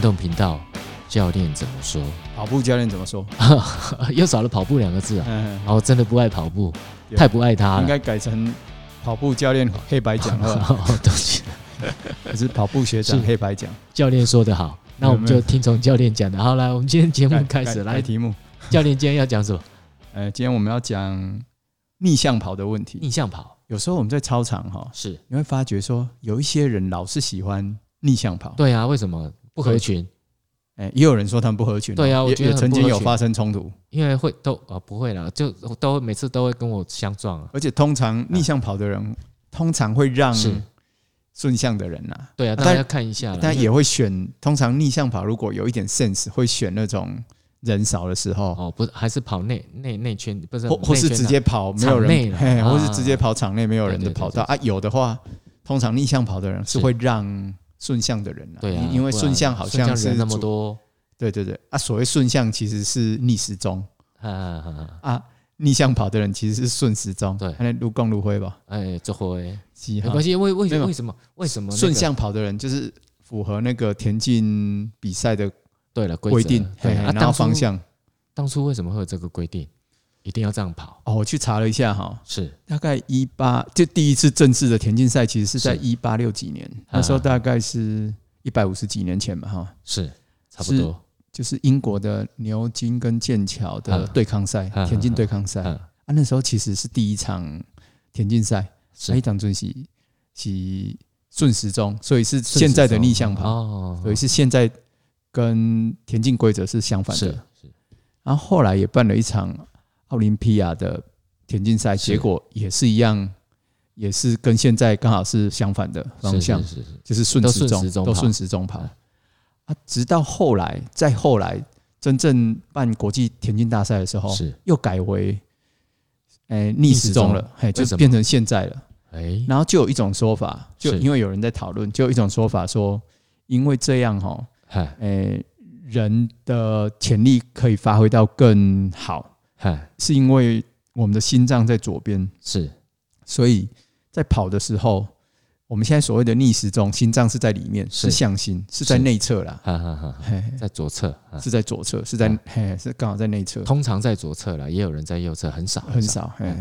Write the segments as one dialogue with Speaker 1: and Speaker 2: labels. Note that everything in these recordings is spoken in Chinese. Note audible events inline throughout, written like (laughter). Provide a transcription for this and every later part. Speaker 1: 动频道，教练怎么说？ (laughs)
Speaker 2: 跑步教练怎么说？
Speaker 1: 又少了“跑步”两个字啊！
Speaker 2: 嗯，
Speaker 1: 哦，真的不爱跑步，
Speaker 2: 有
Speaker 1: 太不爱他
Speaker 2: 应
Speaker 1: 了。
Speaker 2: 该改成跑步教练黑白讲了，
Speaker 1: (laughs) 哦，对不起，
Speaker 2: 还是跑步学长
Speaker 1: 是
Speaker 2: 黑白讲？
Speaker 1: 教练说的好，那我们
Speaker 2: 没有
Speaker 1: 就听从教练讲的。好，来，我们今天节目开始，
Speaker 2: 改
Speaker 1: 来
Speaker 2: 改，题目。
Speaker 1: 教练今天要讲什么？
Speaker 2: 呃，今天我们要讲逆向跑的问题。
Speaker 1: 逆向跑
Speaker 2: 有时候我们在操场哈，
Speaker 1: 是
Speaker 2: 你会发觉说有一些人老是喜欢逆向跑，
Speaker 1: 对啊，为什么不合群？
Speaker 2: 哎，也有人说他们不合群哦，
Speaker 1: 对啊我
Speaker 2: 也
Speaker 1: 觉得
Speaker 2: 也
Speaker 1: 很
Speaker 2: 曾
Speaker 1: 不
Speaker 2: 经
Speaker 1: 合
Speaker 2: 有
Speaker 1: 群
Speaker 2: 发生冲突，
Speaker 1: 因为会都啊、不会啦，就都每次都会跟我相撞啊。
Speaker 2: 而且通常逆向跑的人通常会让
Speaker 1: 嗯是
Speaker 2: 顺向的人啦，
Speaker 1: 对啊，
Speaker 2: 啊
Speaker 1: 大家
Speaker 2: 但
Speaker 1: 要看一下啦。
Speaker 2: 但
Speaker 1: 因为
Speaker 2: 也会选，通常逆向跑如果有一点 sense，会选那种人少的时候，
Speaker 1: 哦，不是，还是跑内内内圈，不是
Speaker 2: 或或
Speaker 1: 内
Speaker 2: 是
Speaker 1: 圈啊
Speaker 2: 直接跑没有
Speaker 1: 场内
Speaker 2: 人，
Speaker 1: 啦
Speaker 2: 嘿，
Speaker 1: 啊
Speaker 2: 或是直接跑场内没有人
Speaker 1: 对
Speaker 2: 的
Speaker 1: 对对
Speaker 2: 跑道啊。有的话，通常逆向跑的人是
Speaker 1: 是
Speaker 2: 会让顺向的人啦，
Speaker 1: 对啊，
Speaker 2: 因因为
Speaker 1: 不然
Speaker 2: 顺向好像
Speaker 1: 顺
Speaker 2: 是
Speaker 1: 人那么
Speaker 2: 主，
Speaker 1: 多，
Speaker 2: 对对对啊，所谓顺向其实是逆时钟
Speaker 1: 啊啊啊，
Speaker 2: 啊，逆向跑的人其实是顺时钟，啊
Speaker 1: 对
Speaker 2: 那如共如辉吧，
Speaker 1: 哎，这回
Speaker 2: 几
Speaker 1: 没
Speaker 2: 号
Speaker 1: 关？系，为为
Speaker 2: 没有
Speaker 1: 为什么为什么那个
Speaker 2: 顺向跑的人就是符合那个田径比赛的
Speaker 1: 对了规则
Speaker 2: 规定，
Speaker 1: 对
Speaker 2: 嘿
Speaker 1: 啊，
Speaker 2: 然后
Speaker 1: 当初
Speaker 2: 方向。
Speaker 1: 当初为什么会有这个规定，一定要这样跑？
Speaker 2: 哦，我去查了一下哈，
Speaker 1: 是
Speaker 2: 大概一八就第一次正式的田径赛，其实是在
Speaker 1: 是
Speaker 2: 一八六几年，那时
Speaker 1: 啊
Speaker 2: 候大概是一百五十几年前吧，哈，
Speaker 1: 是，差不
Speaker 2: 是
Speaker 1: 多，
Speaker 2: 就是英国的牛津跟剑桥的
Speaker 1: 啊
Speaker 2: 对抗赛
Speaker 1: 啊，
Speaker 2: 田径对抗赛啊，
Speaker 1: 嗯，
Speaker 2: 那时候其实是第一场田径赛，那一
Speaker 1: 是
Speaker 2: 场准是是顺时钟，所以是
Speaker 1: 顺时
Speaker 2: 现在的
Speaker 1: 钟
Speaker 2: 逆向跑，
Speaker 1: 哦，
Speaker 2: 所以是现在跟田径规则是相反
Speaker 1: 是
Speaker 2: 的。
Speaker 1: 是
Speaker 2: 然后后来也办了一场奥林匹亚的田径赛，
Speaker 1: 是
Speaker 2: 结果也是一样，也是跟现在刚好是相反的方向，
Speaker 1: 是是是是
Speaker 2: 就是顺时
Speaker 1: 都顺
Speaker 2: 钟
Speaker 1: 时钟跑
Speaker 2: 都顺时钟跑
Speaker 1: 啊
Speaker 2: 啊。直到后来，再后来真正办国际田径大赛的时候，
Speaker 1: 是，
Speaker 2: 又改为诶、逆时钟了，嘿，就
Speaker 1: 为什么
Speaker 2: 变成现在了。
Speaker 1: 哎，
Speaker 2: 然后就有一种说法，就是因为有人在讨论，就有一种说法说，因为这样哈、
Speaker 1: 嗨
Speaker 2: 诶、人的潜力可以发挥到更好，
Speaker 1: 嗨，
Speaker 2: 是因为我们的心脏在左边，
Speaker 1: 是
Speaker 2: 所以在跑的时候，我们现在所谓的逆时钟，心脏是在里面，
Speaker 1: 是
Speaker 2: 是向心，是在
Speaker 1: 是
Speaker 2: 内侧啦，
Speaker 1: 哈哈哈，
Speaker 2: 嘿
Speaker 1: 在左侧，啊
Speaker 2: 是在左侧，是在、
Speaker 1: 啊
Speaker 2: 嘿，是刚好在内侧，
Speaker 1: 通啊常在左侧了，也有人在右侧，很少
Speaker 2: 很少，嘿，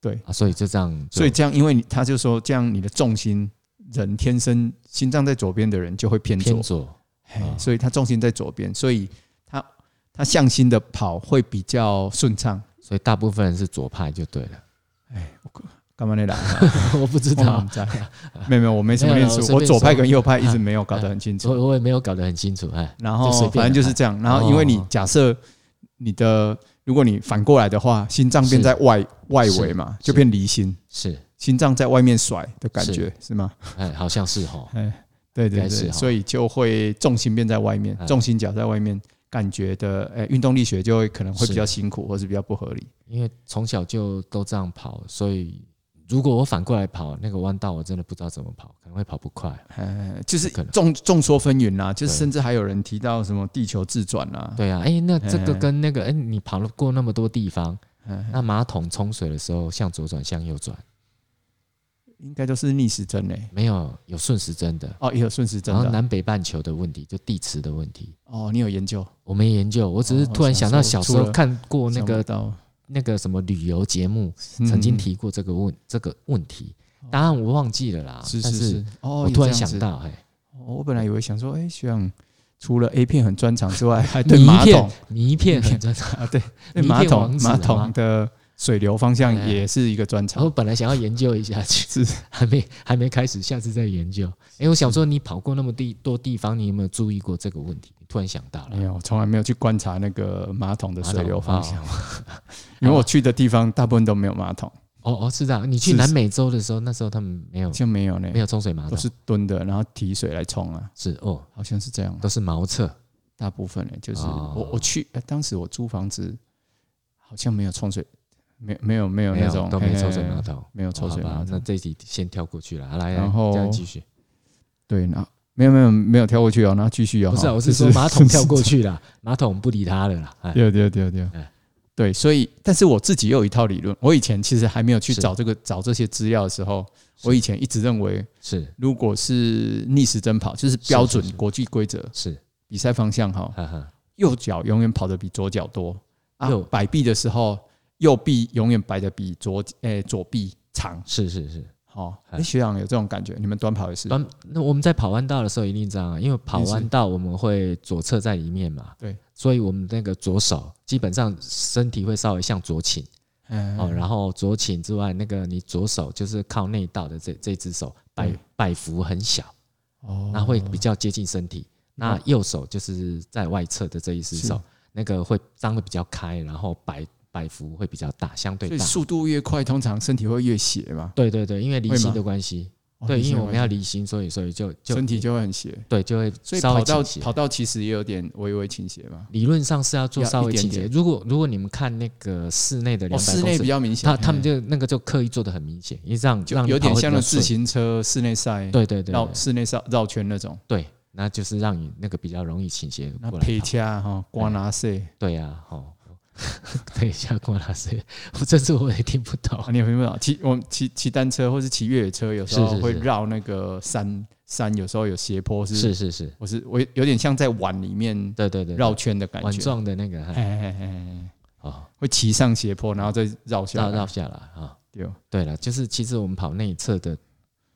Speaker 2: 对，
Speaker 1: 啊，所以就这样就，
Speaker 2: 所以这样，因为你他就说，这样你的重心，人天生心脏在左边的人就会偏左，
Speaker 1: 偏左
Speaker 2: 嘿
Speaker 1: 啊
Speaker 2: 所以他重心在左边，所以他他向心的跑会比较顺畅。
Speaker 1: 所以大部分人是左派就对了。
Speaker 2: 干嘛那啦？
Speaker 1: (laughs) 我不知
Speaker 2: 我哪
Speaker 1: 道
Speaker 2: 不，知道没有没有，我没什么
Speaker 1: 啊没有
Speaker 2: 练
Speaker 1: 啦我
Speaker 2: 书，
Speaker 1: 随
Speaker 2: 我
Speaker 1: 便
Speaker 2: 左派
Speaker 1: 说
Speaker 2: 跟右派一直没有搞
Speaker 1: (laughs)
Speaker 2: 得很清楚。
Speaker 1: 我我也没有搞得很清楚，哎，
Speaker 2: 然
Speaker 1: 就随
Speaker 2: 后
Speaker 1: 便
Speaker 2: 反
Speaker 1: 啦
Speaker 2: 正就是这样。然后因为你
Speaker 1: 哦
Speaker 2: 假设你的，如果你反过来的话，心脏变
Speaker 1: 是
Speaker 2: 在外外
Speaker 1: 是
Speaker 2: 围嘛，
Speaker 1: 是
Speaker 2: 就变离心，
Speaker 1: 是，
Speaker 2: 心脏在外面甩的感觉是吗？
Speaker 1: 哎，好像是吼，
Speaker 2: 哎，对
Speaker 1: 应
Speaker 2: 对
Speaker 1: 该是
Speaker 2: 对，
Speaker 1: 哦
Speaker 2: 所以就会重心变在外面
Speaker 1: 哎，
Speaker 2: 重心脚在外面，感觉的哎，运动力学就会可能
Speaker 1: 是
Speaker 2: 会比较辛苦，或是比较不合理。
Speaker 1: 因为从小就都这样跑，所以如果我反过来跑那个弯道，我真的不知道怎么跑，可能会跑不快。
Speaker 2: 呃，就是
Speaker 1: 哎可能
Speaker 2: 众众说纷纭啦，就是
Speaker 1: 对
Speaker 2: 甚至还有人提到什么地球自转啦，
Speaker 1: 对啊，哎，那这个
Speaker 2: 哎
Speaker 1: 跟那个，哎，你跑了过那么多地方，
Speaker 2: 哎，
Speaker 1: 那马桶冲水的时候向左转向右转，
Speaker 2: 应该都是逆时针嘞。
Speaker 1: 没有有顺时针的，
Speaker 2: 哦，也有顺时针
Speaker 1: 然后
Speaker 2: 的啊。
Speaker 1: 南北半球的问题，就地磁的问题。
Speaker 2: 哦，你有研究？
Speaker 1: 我没研究，我只是
Speaker 2: 哦
Speaker 1: 突然想到小
Speaker 2: 想
Speaker 1: 时
Speaker 2: 说
Speaker 1: 候
Speaker 2: 除了
Speaker 1: 看过那
Speaker 2: 想不
Speaker 1: 个
Speaker 2: 到
Speaker 1: 那个什么旅游节目，
Speaker 2: 嗯
Speaker 1: 曾经提过这个问这个问题，答案我忘记了啦。
Speaker 2: 是
Speaker 1: 啊但
Speaker 2: 是是。哦，
Speaker 1: 我
Speaker 2: 有
Speaker 1: 突然
Speaker 2: 这样
Speaker 1: 想
Speaker 2: 子，
Speaker 1: 到，哎，
Speaker 2: 哦我本来以为想说，哎，学长除了 A 片很专
Speaker 1: (laughs)
Speaker 2: 长之外，还哎对
Speaker 1: 泥
Speaker 2: 马
Speaker 1: 片
Speaker 2: 桶，
Speaker 1: 泥片很正常。
Speaker 2: 啊，对，
Speaker 1: (laughs)
Speaker 2: 对
Speaker 1: 泥
Speaker 2: 马
Speaker 1: 片
Speaker 2: 桶
Speaker 1: 王子
Speaker 2: 马
Speaker 1: 啊
Speaker 2: 桶的水流方向
Speaker 1: 哎
Speaker 2: 也是一个专
Speaker 1: 然后
Speaker 2: 长。
Speaker 1: 本来想要研究一下，去
Speaker 2: 是
Speaker 1: 还没还没开始，下次再研究。哎，我想说，你跑过那么地多地方，你有没有注意过这个问题？突然想到了
Speaker 2: 没，有，我从来没有去观察那个马桶的
Speaker 1: 马
Speaker 2: 嗯水
Speaker 1: 桶哦
Speaker 2: 流方向，因
Speaker 1: 好
Speaker 2: 为
Speaker 1: 吧
Speaker 2: 我去的地方大部分都没有马桶，
Speaker 1: 哦哦，是这样。你去
Speaker 2: 是
Speaker 1: 南美洲的时候，那时候他们没有
Speaker 2: 就没有呢
Speaker 1: 没，有冲水马
Speaker 2: 都
Speaker 1: 桶，
Speaker 2: 是蹲的，然后提水来冲啊，
Speaker 1: 是哦，
Speaker 2: 好像是这样啊，
Speaker 1: 都是茅厕。
Speaker 2: 大部分呢就是
Speaker 1: 哦
Speaker 2: 我我去，呃当时我租房子好像没有冲水，没没有没有
Speaker 1: 没
Speaker 2: 那
Speaker 1: 有
Speaker 2: 种
Speaker 1: 都没抽水
Speaker 2: 嘿
Speaker 1: 马桶，哦
Speaker 2: 没有抽水
Speaker 1: 好吧
Speaker 2: 马
Speaker 1: 那
Speaker 2: 桶，
Speaker 1: 这一题先跳过去了，好来，来
Speaker 2: 然后哦
Speaker 1: 这样继续。
Speaker 2: 对，然后没有没有没有跳过去哦，然后继续哦，
Speaker 1: 不是啊，
Speaker 2: 哈
Speaker 1: 我
Speaker 2: 就是
Speaker 1: 说马桶跳过去了，马桶不理他了啦。哎，
Speaker 2: (laughs) 对对对对
Speaker 1: 哎，
Speaker 2: 对，所以，但是我自己又有一套理论。我以前其实还没有去
Speaker 1: 是
Speaker 2: 找这个找这些资料的时候，
Speaker 1: 是
Speaker 2: 我以前一直认为，
Speaker 1: 是
Speaker 2: 如果是逆时针跑，就是标准
Speaker 1: 是是是嗯
Speaker 2: 国际规则，
Speaker 1: 是
Speaker 2: 比赛方向哈，
Speaker 1: 哈哈，
Speaker 2: 右脚永远跑得比左脚多啊
Speaker 1: 右，
Speaker 2: 摆臂的时候右臂永远摆得比左诶、左臂长。
Speaker 1: 是是是，
Speaker 2: 哦，
Speaker 1: 哎
Speaker 2: 哎、学长有这种感觉？你们短跑也是？
Speaker 1: 短那我们在跑弯道的时候一定这样啊，因为跑弯道我们会左侧在里面嘛，
Speaker 2: 对，
Speaker 1: 所以我们那个左手基本上身体会稍微向左倾
Speaker 2: 嗯，
Speaker 1: 哦，然后左倾之外，那个你左手就是靠内道的这这只手摆
Speaker 2: 对
Speaker 1: 摆幅很小，
Speaker 2: 哦
Speaker 1: 那会比较接近身体。那右手就是在外侧的这一只
Speaker 2: 是
Speaker 1: 手，那个会张的比较开，然后摆摆幅会比较大，相对
Speaker 2: 所以
Speaker 1: 大。
Speaker 2: 速度越快，通常身体会越斜嘛。
Speaker 1: 对对对，因为离
Speaker 2: 会
Speaker 1: 心
Speaker 2: 吗
Speaker 1: 的关系，
Speaker 2: 哦
Speaker 1: 对，
Speaker 2: 你
Speaker 1: 因
Speaker 2: 先
Speaker 1: 为我们
Speaker 2: 回
Speaker 1: 要
Speaker 2: 去
Speaker 1: 离心，所以所以就就
Speaker 2: 身体就会很斜，
Speaker 1: 对就会
Speaker 2: 所以
Speaker 1: 稍微
Speaker 2: 跑道
Speaker 1: 倾斜
Speaker 2: 跑道其实也有点微微倾斜嘛。
Speaker 1: 理论上是要做
Speaker 2: 要
Speaker 1: 稍微
Speaker 2: 一点
Speaker 1: 倾斜。
Speaker 2: 点
Speaker 1: 如果如果你们看那个室内的
Speaker 2: 哦，
Speaker 1: 两百
Speaker 2: 室
Speaker 1: 公
Speaker 2: 内
Speaker 1: 尺
Speaker 2: 比，较明显，
Speaker 1: 他他们
Speaker 2: 嗯
Speaker 1: 就那个就刻意做的很明显，因为这样
Speaker 2: 就
Speaker 1: 让你
Speaker 2: 有点
Speaker 1: 跑会
Speaker 2: 像
Speaker 1: 比较
Speaker 2: 那自
Speaker 1: 顺，
Speaker 2: 行车室内赛
Speaker 1: 对对对
Speaker 2: 绕
Speaker 1: 对
Speaker 2: 室内赛绕圈那种，
Speaker 1: 对，那就是让你那个比较容易倾斜
Speaker 2: 那
Speaker 1: 过来
Speaker 2: 陪
Speaker 1: 跑。
Speaker 2: 掐哈瓜拿塞，
Speaker 1: 对呀、啊，哦，等一下，关老师， (laughs) 我这次我也听不懂
Speaker 2: 啊，。你有没有骑我们骑骑单车或是骑越野车，有时
Speaker 1: 是
Speaker 2: 候
Speaker 1: 是
Speaker 2: 会
Speaker 1: 是
Speaker 2: 绕那个山山，有时候有斜坡，是
Speaker 1: 是是是，
Speaker 2: 我是我有点像在碗里面
Speaker 1: 对对对，
Speaker 2: 绕圈的感
Speaker 1: 碗
Speaker 2: 觉，
Speaker 1: 状的那个，
Speaker 2: 哎
Speaker 1: 哈
Speaker 2: 哎哎哎，
Speaker 1: 哦，
Speaker 2: 会骑上斜坡，然后再绕下
Speaker 1: 绕绕
Speaker 2: 来，
Speaker 1: 下来啊。
Speaker 2: 对，
Speaker 1: 对了，就是其实我们跑内侧的，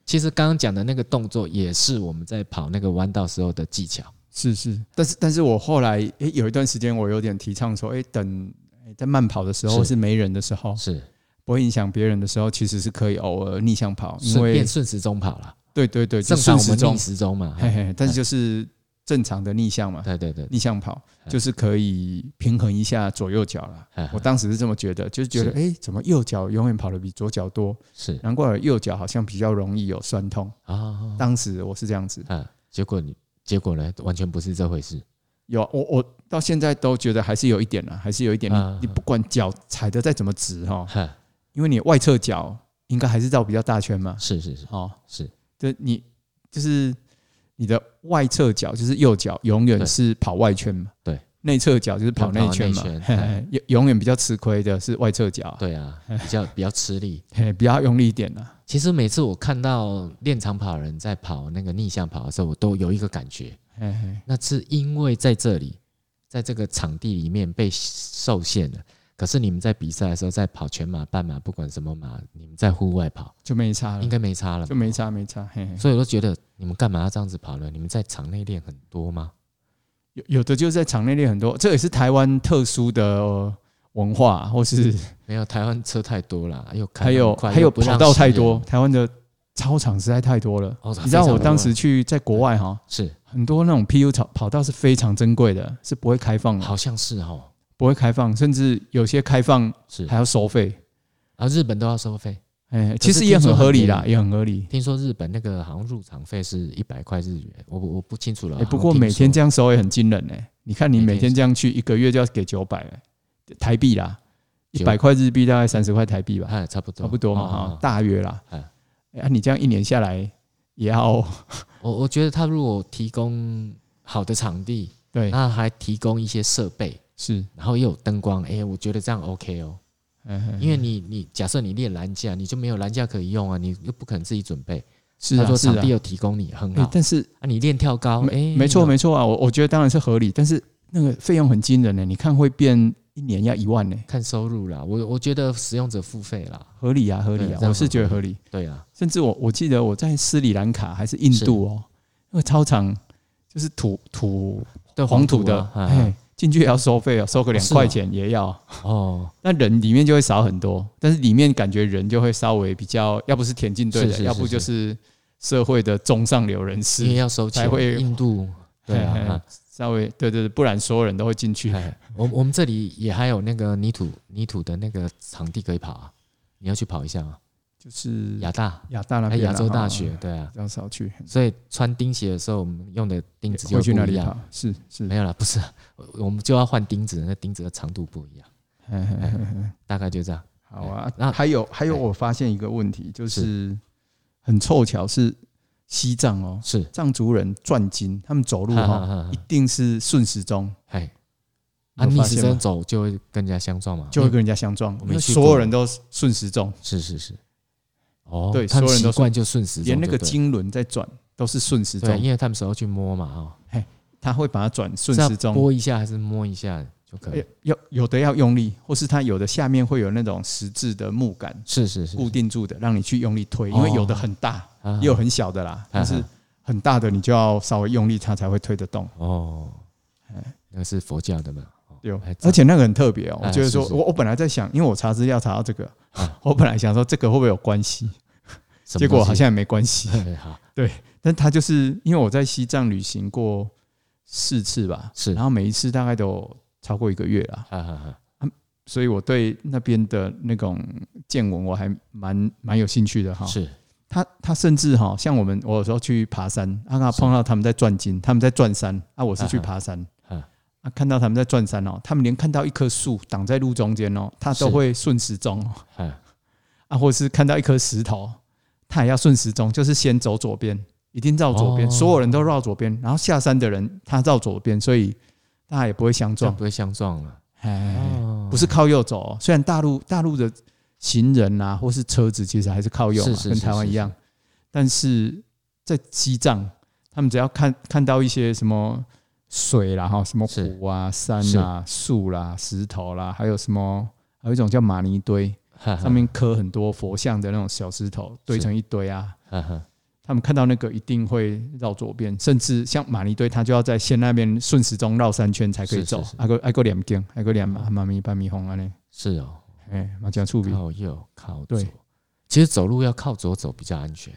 Speaker 1: 其实刚刚讲的那个动作也是我们在跑那个弯道时候的技巧。
Speaker 2: 是是，但是但是我后来诶、有一段时间我有点提倡说，诶、等、诶在慢跑的时候
Speaker 1: 是
Speaker 2: 是没人的时候，
Speaker 1: 是，
Speaker 2: 不会影响别人的时候，其实是可以偶尔逆向跑，因
Speaker 1: 顺
Speaker 2: 为
Speaker 1: 便顺时钟跑了，
Speaker 2: 对对对，就
Speaker 1: 正常
Speaker 2: 顺
Speaker 1: 我
Speaker 2: 时
Speaker 1: 们逆嗯
Speaker 2: 钟，
Speaker 1: 时钟嘛。
Speaker 2: 嘿
Speaker 1: 嘿
Speaker 2: 嘿，但是就是正常的逆向嘛，
Speaker 1: 对对对，
Speaker 2: 逆向跑
Speaker 1: 哎
Speaker 2: 就是可以平衡一下左右脚啦。
Speaker 1: 哎
Speaker 2: 我当时是这么觉得，就是觉得
Speaker 1: 是
Speaker 2: 诶，怎么右脚永远跑得比左脚多？
Speaker 1: 是
Speaker 2: 难怪我右脚好像比较容易有酸痛。
Speaker 1: 啊啊
Speaker 2: 当时我是这样子，
Speaker 1: 啊，啊结果你结果呢，完全不是这回事。
Speaker 2: 有我我到现在都觉得还是有一点啦，还是有一点，
Speaker 1: 啊
Speaker 2: 你你不管脚踩得再怎么直哈，
Speaker 1: 哈，
Speaker 2: 因为你外侧脚应该还是绕比较大圈嘛，
Speaker 1: 是是是
Speaker 2: 哦，
Speaker 1: 是，
Speaker 2: 就你就是你的外侧脚就是右脚，永远
Speaker 1: 对
Speaker 2: 是跑外圈嘛。
Speaker 1: 对，
Speaker 2: 内侧脚就是跑内圈嘛
Speaker 1: 跑内圈，
Speaker 2: 嘿
Speaker 1: 哎
Speaker 2: 嘿永永远比较吃亏的是外侧脚啊，
Speaker 1: 对啊，比较比较吃力。
Speaker 2: 嘿，比较用力一点啦。
Speaker 1: 其实每次我看到练长跑的人在跑那个逆向跑的时候，我都有一个感觉，
Speaker 2: 嘿嘿，
Speaker 1: 那是因为在这里，在这个场地里面被受限了。可是你们在比赛的时候，在跑全马、半马，不管什么马，你们在户外跑，
Speaker 2: 就没差了
Speaker 1: 应，该没差了
Speaker 2: 就。没差没差。嘿嘿，
Speaker 1: 所以我都觉得你们干嘛要这样子跑呢？你们在场内练很多吗？
Speaker 2: 有有的就是在场内练很多，这也是台湾特殊的呃文化，或是
Speaker 1: 没有，台湾车太多了，又开
Speaker 2: 还有
Speaker 1: 很快
Speaker 2: 还有
Speaker 1: 又不让
Speaker 2: 跑道
Speaker 1: 行
Speaker 2: 太
Speaker 1: 人
Speaker 2: 多，台湾的操场实在太多了。
Speaker 1: 哦
Speaker 2: 你知道
Speaker 1: 非
Speaker 2: 我
Speaker 1: 常
Speaker 2: 当时去在国外哈，
Speaker 1: 是
Speaker 2: 很多那种 PU 跑跑道是非常珍贵的，是不会开放的。
Speaker 1: 好像是哦，
Speaker 2: 不会开放，甚至有些开放
Speaker 1: 是
Speaker 2: 还要收费。
Speaker 1: 啊，日本都要收费。
Speaker 2: 哎，
Speaker 1: 可是
Speaker 2: 其实也很合理
Speaker 1: 听
Speaker 2: 啦
Speaker 1: 说很便，宜
Speaker 2: 也很合理。
Speaker 1: 听说日本那个好像入场费是一百块日元，我啊我不清楚了。
Speaker 2: 哎，不过每天这
Speaker 1: 样
Speaker 2: 样收也很惊人哎。你看你
Speaker 1: 每天
Speaker 2: 每天这样去，一个月就要给九百台币啦，一
Speaker 1: 九
Speaker 2: 百块日币大概三十块台币吧，
Speaker 1: 哎，差不多
Speaker 2: 差不多嘛
Speaker 1: 哦哦
Speaker 2: 哈
Speaker 1: 哦，
Speaker 2: 大约啦。
Speaker 1: 哎
Speaker 2: 哎，啊你这样一年下来也要
Speaker 1: 我我觉得他如果提供好的场地，
Speaker 2: 对
Speaker 1: 那还提供一些设备，
Speaker 2: 是，哎
Speaker 1: 然后又有灯光，哎、我觉得这样 OK 哦。
Speaker 2: 因
Speaker 1: 因为你你假设你练栏架，你就没有栏架可以用啊，你又不可能自己准备。
Speaker 2: 是
Speaker 1: 他
Speaker 2: 啊
Speaker 1: 说
Speaker 2: 是
Speaker 1: 场
Speaker 2: 啊
Speaker 1: 地。又提供你，很好。
Speaker 2: 哎，但是
Speaker 1: 啊，你练跳高，哎、
Speaker 2: 没没错没错啊，我我觉得当然是合理，但是那个费用很惊人呢。你看会变一年要一万呢，
Speaker 1: 看收入啦，我我觉得使用者付费啦，
Speaker 2: 合理啊合理
Speaker 1: 对
Speaker 2: 啊
Speaker 1: 这，样
Speaker 2: 我是
Speaker 1: 很
Speaker 2: 觉得
Speaker 1: 合
Speaker 2: 合理。
Speaker 1: 对啊，
Speaker 2: 甚至我我记得我在斯里兰卡还是印度哦，那个操场就是土土
Speaker 1: 对
Speaker 2: 黄土的，
Speaker 1: 啊啊
Speaker 2: 哎，进去也要收费哦，收个两
Speaker 1: 是啊
Speaker 2: 块钱也要。
Speaker 1: 哦，
Speaker 2: 那人里面就会少很多，但是里面感觉人就会稍微比较，要不是田径队
Speaker 1: 是
Speaker 2: 的，
Speaker 1: 是
Speaker 2: 要不
Speaker 1: 是
Speaker 2: 就是社会的中上流人
Speaker 1: 因为
Speaker 2: 士，
Speaker 1: 要收
Speaker 2: 才
Speaker 1: 钱，
Speaker 2: 会
Speaker 1: 印度对啊。
Speaker 2: 嘿嘿
Speaker 1: 啊
Speaker 2: 稍微对对对，不然所有人都会进去。
Speaker 1: 哎，我我们这里也还有那个泥土泥土的那个场地可以跑啊，你要去跑一下吗？
Speaker 2: 就是
Speaker 1: 亚大，
Speaker 2: 亚嗯大那
Speaker 1: 哎，
Speaker 2: 边啊
Speaker 1: 亚洲大学
Speaker 2: 哦，
Speaker 1: 对啊，
Speaker 2: 比较少去，
Speaker 1: 所以穿钉鞋的时候，我们用的钉子就
Speaker 2: 会去那
Speaker 1: 不一
Speaker 2: 里
Speaker 1: 样
Speaker 2: 跑。，是是
Speaker 1: 没，有啦，不是啊， (laughs) 我我们就要换钉子，那钉子的长度不一样，
Speaker 2: 嘿嘿嘿嘿
Speaker 1: 大概就这样。
Speaker 2: 好啊，
Speaker 1: 那
Speaker 2: 还有还有，
Speaker 1: 哎
Speaker 2: 我发现一个问题，就是是很凑巧是西藏哦，
Speaker 1: 是，
Speaker 2: 藏族人转经，他们走路
Speaker 1: 哈哈
Speaker 2: 哈、
Speaker 1: 哈哈
Speaker 2: 一定是顺时钟，
Speaker 1: 哎，啊，
Speaker 2: 你有
Speaker 1: 逆
Speaker 2: 发
Speaker 1: 时
Speaker 2: 现吗
Speaker 1: 针走就会跟人家相撞嘛，
Speaker 2: 就会跟人家相撞，
Speaker 1: 我
Speaker 2: 因
Speaker 1: 没
Speaker 2: 为
Speaker 1: 去过
Speaker 2: 所有人都顺时钟，
Speaker 1: 是是是，哦，
Speaker 2: 对
Speaker 1: 他们
Speaker 2: 所有人
Speaker 1: 习
Speaker 2: 都
Speaker 1: 惯就顺时钟就
Speaker 2: 连
Speaker 1: 对了，
Speaker 2: 那个经轮在转都是顺时
Speaker 1: 对，
Speaker 2: 钟。
Speaker 1: 因为他们时候去摸嘛，哦，
Speaker 2: 他会把它转顺
Speaker 1: 是要
Speaker 2: 时钟，哎
Speaker 1: 拨一下还是摸一下就可以？
Speaker 2: 呃有有的要用力，或是它有的下面会有那种十字的木杆
Speaker 1: 是是是，
Speaker 2: 固定住的，让你去用力推，因为
Speaker 1: 哦
Speaker 2: 有的很大，
Speaker 1: 啊
Speaker 2: 也有很小的啦，但是很大的你就要稍微用力，它才会推得动。
Speaker 1: 哦，
Speaker 2: 哎
Speaker 1: 那个是佛教的嘛？哦
Speaker 2: 有
Speaker 1: 还，真
Speaker 2: 而且那个很特别哦。
Speaker 1: 哎
Speaker 2: 我觉得说，
Speaker 1: 是是
Speaker 2: 我我本来在想，因为我查资料查到这个
Speaker 1: 啊，
Speaker 2: (laughs) 我本来想说这个会不会有关系，
Speaker 1: 什么
Speaker 2: 结果
Speaker 1: 东西哎
Speaker 2: 好像也没关系。
Speaker 1: (laughs) 好
Speaker 2: 但它就是因为我在西藏旅行过四次吧，
Speaker 1: 是
Speaker 2: 然后每一次大概都有超过一个月啦，
Speaker 1: 哈哈哈，
Speaker 2: 所以我对那边的那种见闻我还蛮蛮有兴趣的哈。
Speaker 1: 是
Speaker 2: 他他甚至哈，像我们我有时候去爬山，啊，刚好
Speaker 1: 是
Speaker 2: 碰到他们在转经，他们在转山，啊，我是去
Speaker 1: 啊哈
Speaker 2: 爬山，
Speaker 1: 啊
Speaker 2: 啊，看到他们在转山哦，他们连看到一棵树挡在路中间哦，他都
Speaker 1: 是
Speaker 2: 会顺时钟哦，
Speaker 1: 哈
Speaker 2: 啊，或者是看到一颗石头，他也要顺时钟，就是先走左边，一定绕左边，
Speaker 1: 哦
Speaker 2: 所有人都绕左边，然后下山的人他绕左边，所以大家也不会相
Speaker 1: 这样
Speaker 2: 撞
Speaker 1: 不，会相撞了。
Speaker 2: 哎，
Speaker 1: 哦
Speaker 2: 不是靠右走、哦，虽然大陆大陆的行人啊或是车子其实还是靠右嘛，
Speaker 1: 是是是
Speaker 2: 跟台湾一样
Speaker 1: 是，
Speaker 2: 但是在西藏，他们只要看看到一些什么水啦哈，什么
Speaker 1: 是
Speaker 2: 湖啊、山啊、树啦、石头啦，还有什么。还有一种叫玛尼堆，
Speaker 1: 哈哈
Speaker 2: 上面刻很多佛像的那种小石头，堆
Speaker 1: 嗯是
Speaker 2: 成一堆啊。
Speaker 1: 哈哈
Speaker 2: 他们看到那个一定会绕左边，甚至像玛尼堆，他就要在线那边顺时钟绕三圈才可以
Speaker 1: 是
Speaker 2: 走
Speaker 1: 是是。嗯
Speaker 2: 还个还个两根，还个两嘛妈咪半米红啊嘞，
Speaker 1: 是哦，
Speaker 2: 哎，马甲触笔
Speaker 1: 靠右靠左
Speaker 2: 对。
Speaker 1: 其实走路要靠左走比较安全，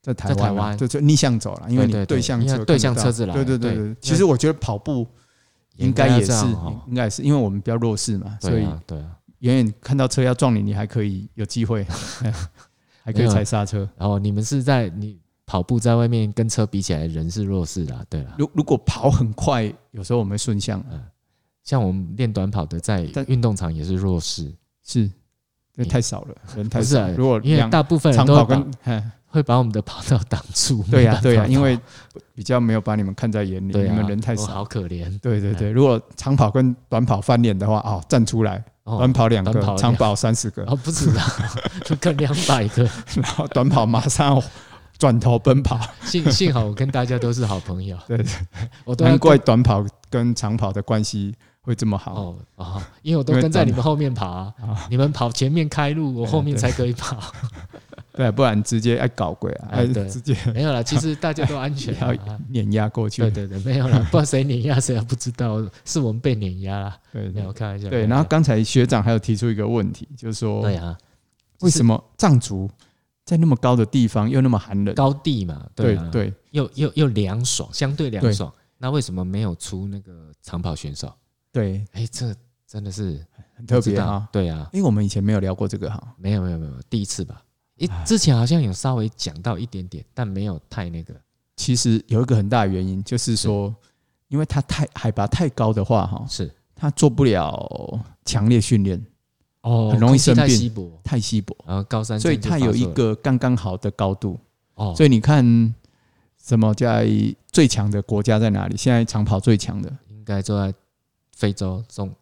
Speaker 2: 在台
Speaker 1: 在台
Speaker 2: 湾啊，
Speaker 1: 湾
Speaker 2: 就就逆向走了，因为
Speaker 1: 对对
Speaker 2: 你
Speaker 1: 对
Speaker 2: 向
Speaker 1: 因为
Speaker 2: 车
Speaker 1: 对向
Speaker 2: 看不到
Speaker 1: 车子来
Speaker 2: 对对对
Speaker 1: 对
Speaker 2: 对。其实我觉得跑步应该
Speaker 1: 要
Speaker 2: 也
Speaker 1: 这
Speaker 2: 是
Speaker 1: 样哦，
Speaker 2: 应该也是，因为我们比较弱势嘛，所
Speaker 1: 对
Speaker 2: 以
Speaker 1: 啊对啊。
Speaker 2: 远远看到车要撞你，你还可以有机
Speaker 1: (laughs)
Speaker 2: 会， (laughs) 还可以踩刹车。
Speaker 1: 然后你们是在你跑步在外面跟车比起来，人是弱势啦，对啦。
Speaker 2: 如如果跑很快，有时候我们会顺向啊
Speaker 1: 像我们练短跑的，在
Speaker 2: 但
Speaker 1: 运动场也是弱势，
Speaker 2: 是，这
Speaker 1: 你
Speaker 2: 太少了，人太
Speaker 1: 不是
Speaker 2: 少
Speaker 1: 啊？。
Speaker 2: 如果
Speaker 1: 因为
Speaker 2: 两
Speaker 1: 大部分人
Speaker 2: 长
Speaker 1: 都
Speaker 2: 跑
Speaker 1: 会把
Speaker 2: 跟哎
Speaker 1: 会把我们的跑道挡住。 (laughs)
Speaker 2: 对呀、
Speaker 1: 没办法
Speaker 2: 对呀、
Speaker 1: 跑
Speaker 2: 因为比较没有把你们看在眼里，
Speaker 1: 对啊啊
Speaker 2: 你们人太
Speaker 1: 我
Speaker 2: 少。
Speaker 1: 好可怜。
Speaker 2: 对对对，如果长跑跟短跑翻脸的话，哦，站出来，
Speaker 1: 哦
Speaker 2: 短，跑两个
Speaker 1: 短跑，两
Speaker 2: 长跑三十个，
Speaker 1: 哦不知道， (laughs) 就跟两百个。
Speaker 2: 然后短跑马上转头奔
Speaker 1: (laughs)
Speaker 2: 跑。
Speaker 1: 幸幸好我跟大家都是好朋友，
Speaker 2: 对，
Speaker 1: 我都要
Speaker 2: 难怪
Speaker 1: 跟
Speaker 2: 短跑跟长跑的关系会这么好。
Speaker 1: 哦哦，因为我都跟在你们后面跑啊，你们跑前面开路，我后面才可以跑。
Speaker 2: (laughs) 对，不然直接爱搞鬼啊，
Speaker 1: 哎
Speaker 2: 哎
Speaker 1: 对
Speaker 2: 直
Speaker 1: (laughs)
Speaker 2: 接
Speaker 1: 没有啦，其实大家都安全啊。
Speaker 2: 碾压过去
Speaker 1: (laughs) 对。对对，没有
Speaker 2: (laughs)
Speaker 1: 啦，不知道谁碾压谁啊，不知道是我们被碾压啦。
Speaker 2: 对
Speaker 1: 没有开玩笑。
Speaker 2: 嗯对，然后刚才学长还有提出一个问题，就是说
Speaker 1: 对啊，
Speaker 2: 为什么藏族在那么高的地方又那么寒冷？
Speaker 1: 高地嘛，
Speaker 2: 对
Speaker 1: 啊，
Speaker 2: 对，
Speaker 1: 又又又凉爽，相对凉爽。那为什么没有出那个长跑选手？
Speaker 2: 对，
Speaker 1: 哎，这真的是
Speaker 2: 很特
Speaker 1: 不知
Speaker 2: 别
Speaker 1: 道
Speaker 2: 啊。
Speaker 1: 对啊，
Speaker 2: 因为我们以前没有聊过这个哈，
Speaker 1: 没有没有没有，第一次吧。诶，之前好像有稍微讲到一点点，但没有太那个。
Speaker 2: 其实有一个很大的原因，就是说，因为它太海拔太高的话哈，
Speaker 1: 是
Speaker 2: 它做不了强烈训练，
Speaker 1: 哦
Speaker 2: 很容易
Speaker 1: 空气
Speaker 2: 生
Speaker 1: 太
Speaker 2: 病
Speaker 1: 稀薄，
Speaker 2: 太稀薄，
Speaker 1: 然后高山
Speaker 2: 所以
Speaker 1: 症就
Speaker 2: 它
Speaker 1: 发
Speaker 2: 有一
Speaker 1: 作了
Speaker 2: 个刚刚好的高度。
Speaker 1: 哦，
Speaker 2: 所以你看，什么在最强的国家在哪里？现在长跑最强的
Speaker 1: 应该就在非洲中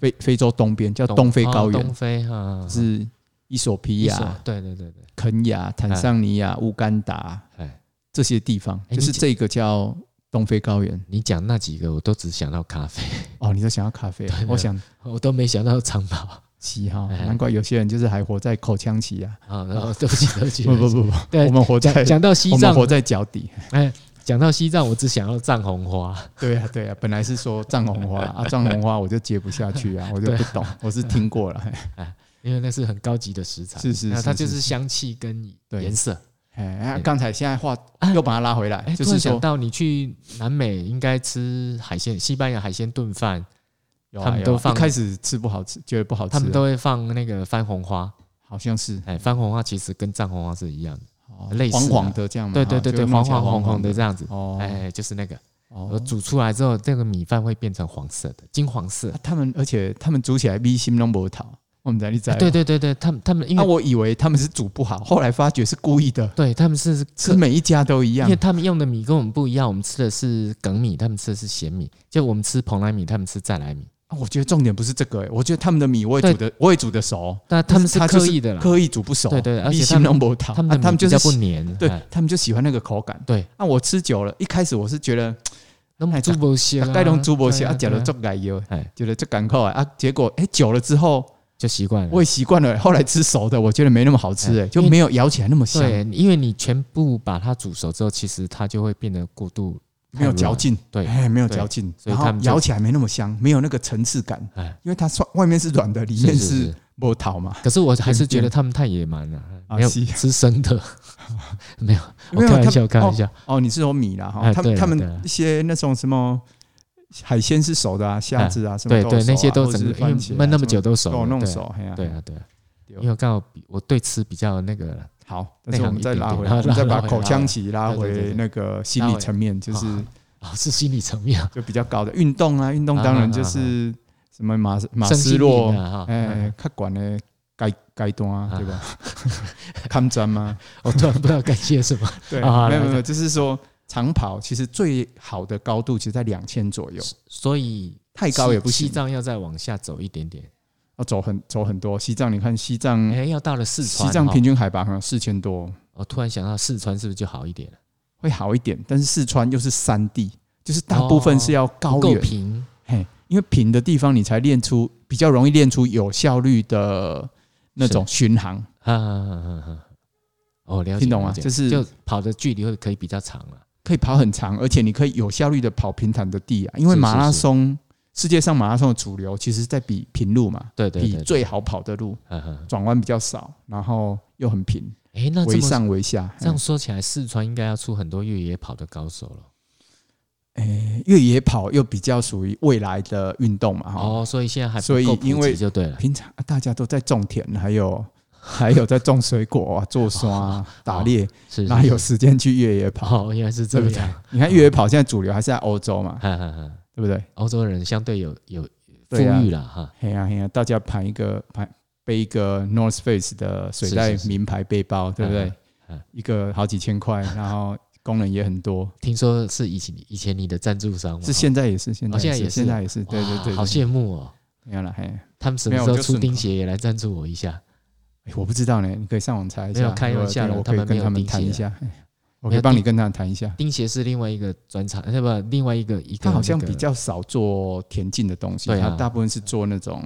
Speaker 2: 非非洲东边叫东非高
Speaker 1: 哦
Speaker 2: 原啊
Speaker 1: 东，非哈
Speaker 2: 是伊索比
Speaker 1: 伊
Speaker 2: 亚
Speaker 1: 索、对对对对，
Speaker 2: 肯亚、坦桑尼亚、乌干达
Speaker 1: 哎，
Speaker 2: 这些地方，
Speaker 1: 哎
Speaker 2: 就是
Speaker 1: 你讲
Speaker 2: 这个叫东非高原。
Speaker 1: 你讲那几个我都只想到咖啡， (laughs)
Speaker 2: 哦，你都想要咖啡
Speaker 1: 对？
Speaker 2: 我想
Speaker 1: 我都没想到长
Speaker 2: (laughs)
Speaker 1: 跑
Speaker 2: 奇哈，
Speaker 1: 哎
Speaker 2: 难怪有些人就是还活在口腔期啊！
Speaker 1: 啊。然后对不起对 (laughs) 不起，
Speaker 2: 不不
Speaker 1: 对起
Speaker 2: 不 (laughs) 不，
Speaker 1: 对
Speaker 2: 我们活在
Speaker 1: 讲讲到西
Speaker 2: 我们
Speaker 1: 藏，
Speaker 2: 活在脚底。 (laughs)
Speaker 1: 哎，讲到西藏，我只想要藏红花，
Speaker 2: 对啊对啊，本来是说藏红花
Speaker 1: (laughs)
Speaker 2: 啊，藏红花我就接不下去啊，我就
Speaker 1: 对
Speaker 2: 不懂，我是听
Speaker 1: (laughs)
Speaker 2: 过了。哎嘿
Speaker 1: 因为那是很高级的食材，
Speaker 2: 是是
Speaker 1: 那
Speaker 2: 是
Speaker 1: 它就是是香气跟
Speaker 2: 对
Speaker 1: 颜色。
Speaker 2: 哎，啊
Speaker 1: 对
Speaker 2: 刚才现在话
Speaker 1: 啊
Speaker 2: 又把它拉回来，
Speaker 1: 哎，
Speaker 2: 就
Speaker 1: 突
Speaker 2: 是
Speaker 1: 然想
Speaker 2: 说
Speaker 1: 到你去南美应该吃海鲜，西班牙海鲜炖饭，
Speaker 2: 有啊
Speaker 1: 他们
Speaker 2: 有啊
Speaker 1: 都放
Speaker 2: 一开始吃不好吃，觉得不好吃
Speaker 1: 他
Speaker 2: 啊，
Speaker 1: 们都会放那个番红花。
Speaker 2: 好像是
Speaker 1: 哎，番红花其实跟藏红花是一样的，
Speaker 2: 哦
Speaker 1: 类似啊
Speaker 2: 黄黄的这样嘛，
Speaker 1: 对对对
Speaker 2: 就
Speaker 1: 对，
Speaker 2: 弄
Speaker 1: 黄
Speaker 2: 起来
Speaker 1: 黄红
Speaker 2: 黄
Speaker 1: 红的这
Speaker 2: 样。
Speaker 1: 样子。
Speaker 2: 哦，
Speaker 1: 哎，就是那个，
Speaker 2: 哦
Speaker 1: 我，煮出来之后，这个米饭会变成黄色的，金黄色
Speaker 2: 啊。他们而且他们煮起来比心都不讨，我们在你在
Speaker 1: 哎对对对对，他们他们因
Speaker 2: 那
Speaker 1: 为
Speaker 2: 我以为他们是煮不好，后来发觉是故意的，
Speaker 1: 对他们是
Speaker 2: 是每一家都一
Speaker 1: 因
Speaker 2: 样
Speaker 1: 为。他们用的米跟我们不一样，我们吃的是梗米，他们吃的是咸米，就我们吃蓬莱米，他们吃再来米。
Speaker 2: 啊我觉得重点不是这个、欸，我觉得他们的米我也
Speaker 1: 对
Speaker 2: 煮的，我也煮的熟，
Speaker 1: 但他们是
Speaker 2: 他就
Speaker 1: 刻
Speaker 2: 是
Speaker 1: 意的啦，
Speaker 2: 刻意煮不熟，
Speaker 1: 对对而且
Speaker 2: 米
Speaker 1: 他
Speaker 2: 心
Speaker 1: 们
Speaker 2: 弄不到，
Speaker 1: 他们
Speaker 2: 啊
Speaker 1: 的
Speaker 2: 他们
Speaker 1: 米
Speaker 2: 就
Speaker 1: 比
Speaker 2: 是
Speaker 1: 较不
Speaker 2: 喜
Speaker 1: 黏。
Speaker 2: 对
Speaker 1: 哎，
Speaker 2: 他们就喜欢那个口感。
Speaker 1: 对，
Speaker 2: 啊，我吃久了，一开始我是觉得
Speaker 1: 那
Speaker 2: 哎
Speaker 1: 珠宝鞋
Speaker 2: 大概拢主播些啊，
Speaker 1: 假
Speaker 2: 讲
Speaker 1: 如
Speaker 2: 得足解油，
Speaker 1: 哎
Speaker 2: 觉得足艰苦的啊。结果哎、久了之后，
Speaker 1: 就习惯了。
Speaker 2: 我也习惯了。后来吃熟的，我觉得没那么好吃、
Speaker 1: 哎
Speaker 2: 哎，就没有咬起来那么香，
Speaker 1: 对，因为你全部把它煮熟之后，其实它就会变得过度
Speaker 2: 没有嚼
Speaker 1: 软
Speaker 2: 劲，
Speaker 1: 对
Speaker 2: 哎，没有
Speaker 1: 对
Speaker 2: 嚼劲，
Speaker 1: 所以
Speaker 2: 然后
Speaker 1: 他们就
Speaker 2: 咬起来没那么香，没有那个层次感，
Speaker 1: 哎，
Speaker 2: 因为它算外面是软的，里面
Speaker 1: 是
Speaker 2: 是
Speaker 1: 是
Speaker 2: 波桃嘛。
Speaker 1: 可是我还是
Speaker 2: 变
Speaker 1: 觉得他们太野蛮了，
Speaker 2: 啊
Speaker 1: 没有
Speaker 2: 是
Speaker 1: 吃生的，没有，我
Speaker 2: 没有
Speaker 1: 开玩
Speaker 2: 他
Speaker 1: 笑，开玩
Speaker 2: 哦
Speaker 1: 笑，
Speaker 2: 哦，你是说米啦哈？
Speaker 1: 哎
Speaker 2: 他
Speaker 1: 对啦
Speaker 2: 们他
Speaker 1: 对啦
Speaker 2: 们一些那种什么海鲜是熟的啊，虾子啊，什么
Speaker 1: 哎对
Speaker 2: 都
Speaker 1: 对，
Speaker 2: 熟啊
Speaker 1: 那些都整个
Speaker 2: 或者是
Speaker 1: 因为
Speaker 2: 番茄啊
Speaker 1: 焖那么
Speaker 2: 什
Speaker 1: 久都熟
Speaker 2: 都
Speaker 1: 了，
Speaker 2: 弄
Speaker 1: 对啊
Speaker 2: 熟，嘿啊
Speaker 1: 对啊对啊，
Speaker 2: 对
Speaker 1: 因为刚好比我对吃比较那个啦，
Speaker 2: 好，
Speaker 1: 内
Speaker 2: 但是我
Speaker 1: 行
Speaker 2: 们
Speaker 1: 一
Speaker 2: 再
Speaker 1: 点
Speaker 2: 拉
Speaker 1: 点
Speaker 2: 回
Speaker 1: 然后
Speaker 2: 来，我们再
Speaker 1: 拉
Speaker 2: 把
Speaker 1: 回
Speaker 2: 口
Speaker 1: 来
Speaker 2: 腔期拉
Speaker 1: 对对对
Speaker 2: 回
Speaker 1: 对
Speaker 2: 那个心
Speaker 1: 拉
Speaker 2: 理
Speaker 1: 回啊
Speaker 2: 层面，就是
Speaker 1: 好老是心理层 (laughs) 面啊，
Speaker 2: 就比较高的运动啊，运动当然
Speaker 1: 啊
Speaker 2: 就是什么马马
Speaker 1: 身
Speaker 2: 斯
Speaker 1: 心
Speaker 2: 洛
Speaker 1: 灵，啊哈，
Speaker 2: 哎，较管的该该端啊，
Speaker 1: 啊
Speaker 2: 对吧？ (laughs) 抗战
Speaker 1: (laughs)
Speaker 2: 嘛，
Speaker 1: (laughs) 我突然不知道该接什么，
Speaker 2: 对，
Speaker 1: 啊好
Speaker 2: 没有
Speaker 1: 来
Speaker 2: 没有，就是说长跑其实最好的高度其实在两千左右，
Speaker 1: (laughs) 所以
Speaker 2: 太高也不
Speaker 1: 西
Speaker 2: 行
Speaker 1: 西。藏要再往下走一点点，
Speaker 2: 要走很走很多。西藏，你看西藏，
Speaker 1: 哎，要到了四
Speaker 2: 西
Speaker 1: 川，
Speaker 2: 藏
Speaker 1: 哦
Speaker 2: 平均海拔好像四千多，
Speaker 1: 我突然想到四川是不是就好一点了？
Speaker 2: 会好一点。但是四川又是山地，就是大部分是要高
Speaker 1: 不够
Speaker 2: 原，
Speaker 1: 平，
Speaker 2: 嘿，因为平的地方你才练出比较容易练出有效率的那种巡航。
Speaker 1: 哈哈哈哈哈。哦，了解，
Speaker 2: 听懂吗
Speaker 1: 了解
Speaker 2: 就是
Speaker 1: 就跑的距离会可以比较长了。
Speaker 2: 可以跑很长，而且你可以有效率的跑平坦的地啊，因为
Speaker 1: 是是
Speaker 2: 马拉松世界上马拉松的主流其实在比平路嘛，
Speaker 1: 对对
Speaker 2: 比
Speaker 1: 对，
Speaker 2: 最好跑的路，
Speaker 1: 哈哈。
Speaker 2: 转弯比较少，然后又很平，
Speaker 1: 哎，那这么
Speaker 2: 为上为下。
Speaker 1: 这样说起来，四川应该要出很多越野跑的高手了。
Speaker 2: 嗯越野跑又比较属于未来的运动嘛，哈、
Speaker 1: 哦，所以现在还
Speaker 2: 所
Speaker 1: 不
Speaker 2: 以
Speaker 1: 够普
Speaker 2: 因
Speaker 1: 及
Speaker 2: 为
Speaker 1: 就对了。
Speaker 2: 平常、啊大家都在种田，还有 (laughs) 还有在种水果啊、做
Speaker 1: (laughs)
Speaker 2: 刷、啊、打猎，
Speaker 1: 哦是
Speaker 2: 哪有
Speaker 1: 是
Speaker 2: 时间去越野跑？
Speaker 1: 哦，原来是
Speaker 2: 对
Speaker 1: 这
Speaker 2: 不对
Speaker 1: 样。？
Speaker 2: 你看越野跑现在主流还是在欧洲嘛，
Speaker 1: (laughs) 哈哈哈。
Speaker 2: 对不对？
Speaker 1: 欧洲人相对有有富
Speaker 2: 对啊
Speaker 1: 裕了哈。
Speaker 2: 嘿呀嘿呀，大家盘一个盘背一个 North Face 的水袋
Speaker 1: 是是是
Speaker 2: 名牌背包，对不对
Speaker 1: 嗯？嗯
Speaker 2: 一个好几千块，然后功能也很 (laughs) 多，
Speaker 1: 听说是以前以前你的赞助商吗？
Speaker 2: 是现在也是哦现在
Speaker 1: 现在也
Speaker 2: 是
Speaker 1: 是
Speaker 2: 现在也是，对对
Speaker 1: 哇
Speaker 2: 对，
Speaker 1: 好
Speaker 2: 对
Speaker 1: 羡慕哦。
Speaker 2: 没有了嘿。哎
Speaker 1: 他们什么
Speaker 2: 没有
Speaker 1: 时候
Speaker 2: 我就
Speaker 1: 出
Speaker 2: 顺口
Speaker 1: 钉鞋也来赞助我一下？
Speaker 2: 哎我不知道呢，你可以上网查一下。
Speaker 1: 没有开玩笑
Speaker 2: 对
Speaker 1: 啦
Speaker 2: 我
Speaker 1: 他
Speaker 2: 可以
Speaker 1: 们没
Speaker 2: 跟
Speaker 1: 有
Speaker 2: 他们
Speaker 1: 定
Speaker 2: 谈
Speaker 1: 期
Speaker 2: 一
Speaker 1: 的
Speaker 2: 下，嘿我
Speaker 1: 没
Speaker 2: 可以
Speaker 1: 有
Speaker 2: 帮你
Speaker 1: 定
Speaker 2: 跟他谈一下。
Speaker 1: 钉鞋是另外一个专场，呃，不，另外一个一个
Speaker 2: 他好像
Speaker 1: 那个
Speaker 2: 比较少做田径的东西，
Speaker 1: 对啊
Speaker 2: 他大部分是做那种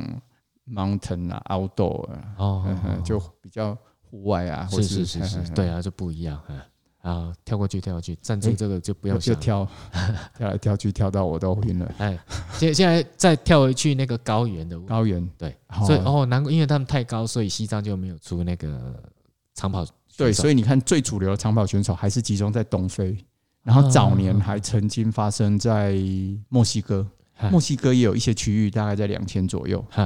Speaker 2: mountain 啊、outdoor 啊，
Speaker 1: 哦
Speaker 2: 呵，呵
Speaker 1: 哦
Speaker 2: 就比较户外啊，或
Speaker 1: 是是是
Speaker 2: 呵
Speaker 1: 是
Speaker 2: 呵，呵
Speaker 1: 对啊，就不一样啊。啊，跳过去，跳过去，赞助
Speaker 2: 哎
Speaker 1: 这个就不
Speaker 2: 我
Speaker 1: 要
Speaker 2: 就
Speaker 1: 想。
Speaker 2: 跳 (laughs) 跳来跳去，跳到我都晕了。
Speaker 1: 哎，现现在再跳回去那个高原的，
Speaker 2: 高原
Speaker 1: 对，
Speaker 2: 好
Speaker 1: 所以哦，难怪因为他们太高，所以西藏就没有出那个长跑选手。
Speaker 2: 对，所
Speaker 1: 以
Speaker 2: 以你看最主流的长跑选手还是集中在东非，然
Speaker 1: 啊
Speaker 2: 后早年还曾经发生在墨西哥，
Speaker 1: 哎
Speaker 2: 墨西哥也有一些区域大概在两千左右。
Speaker 1: 哈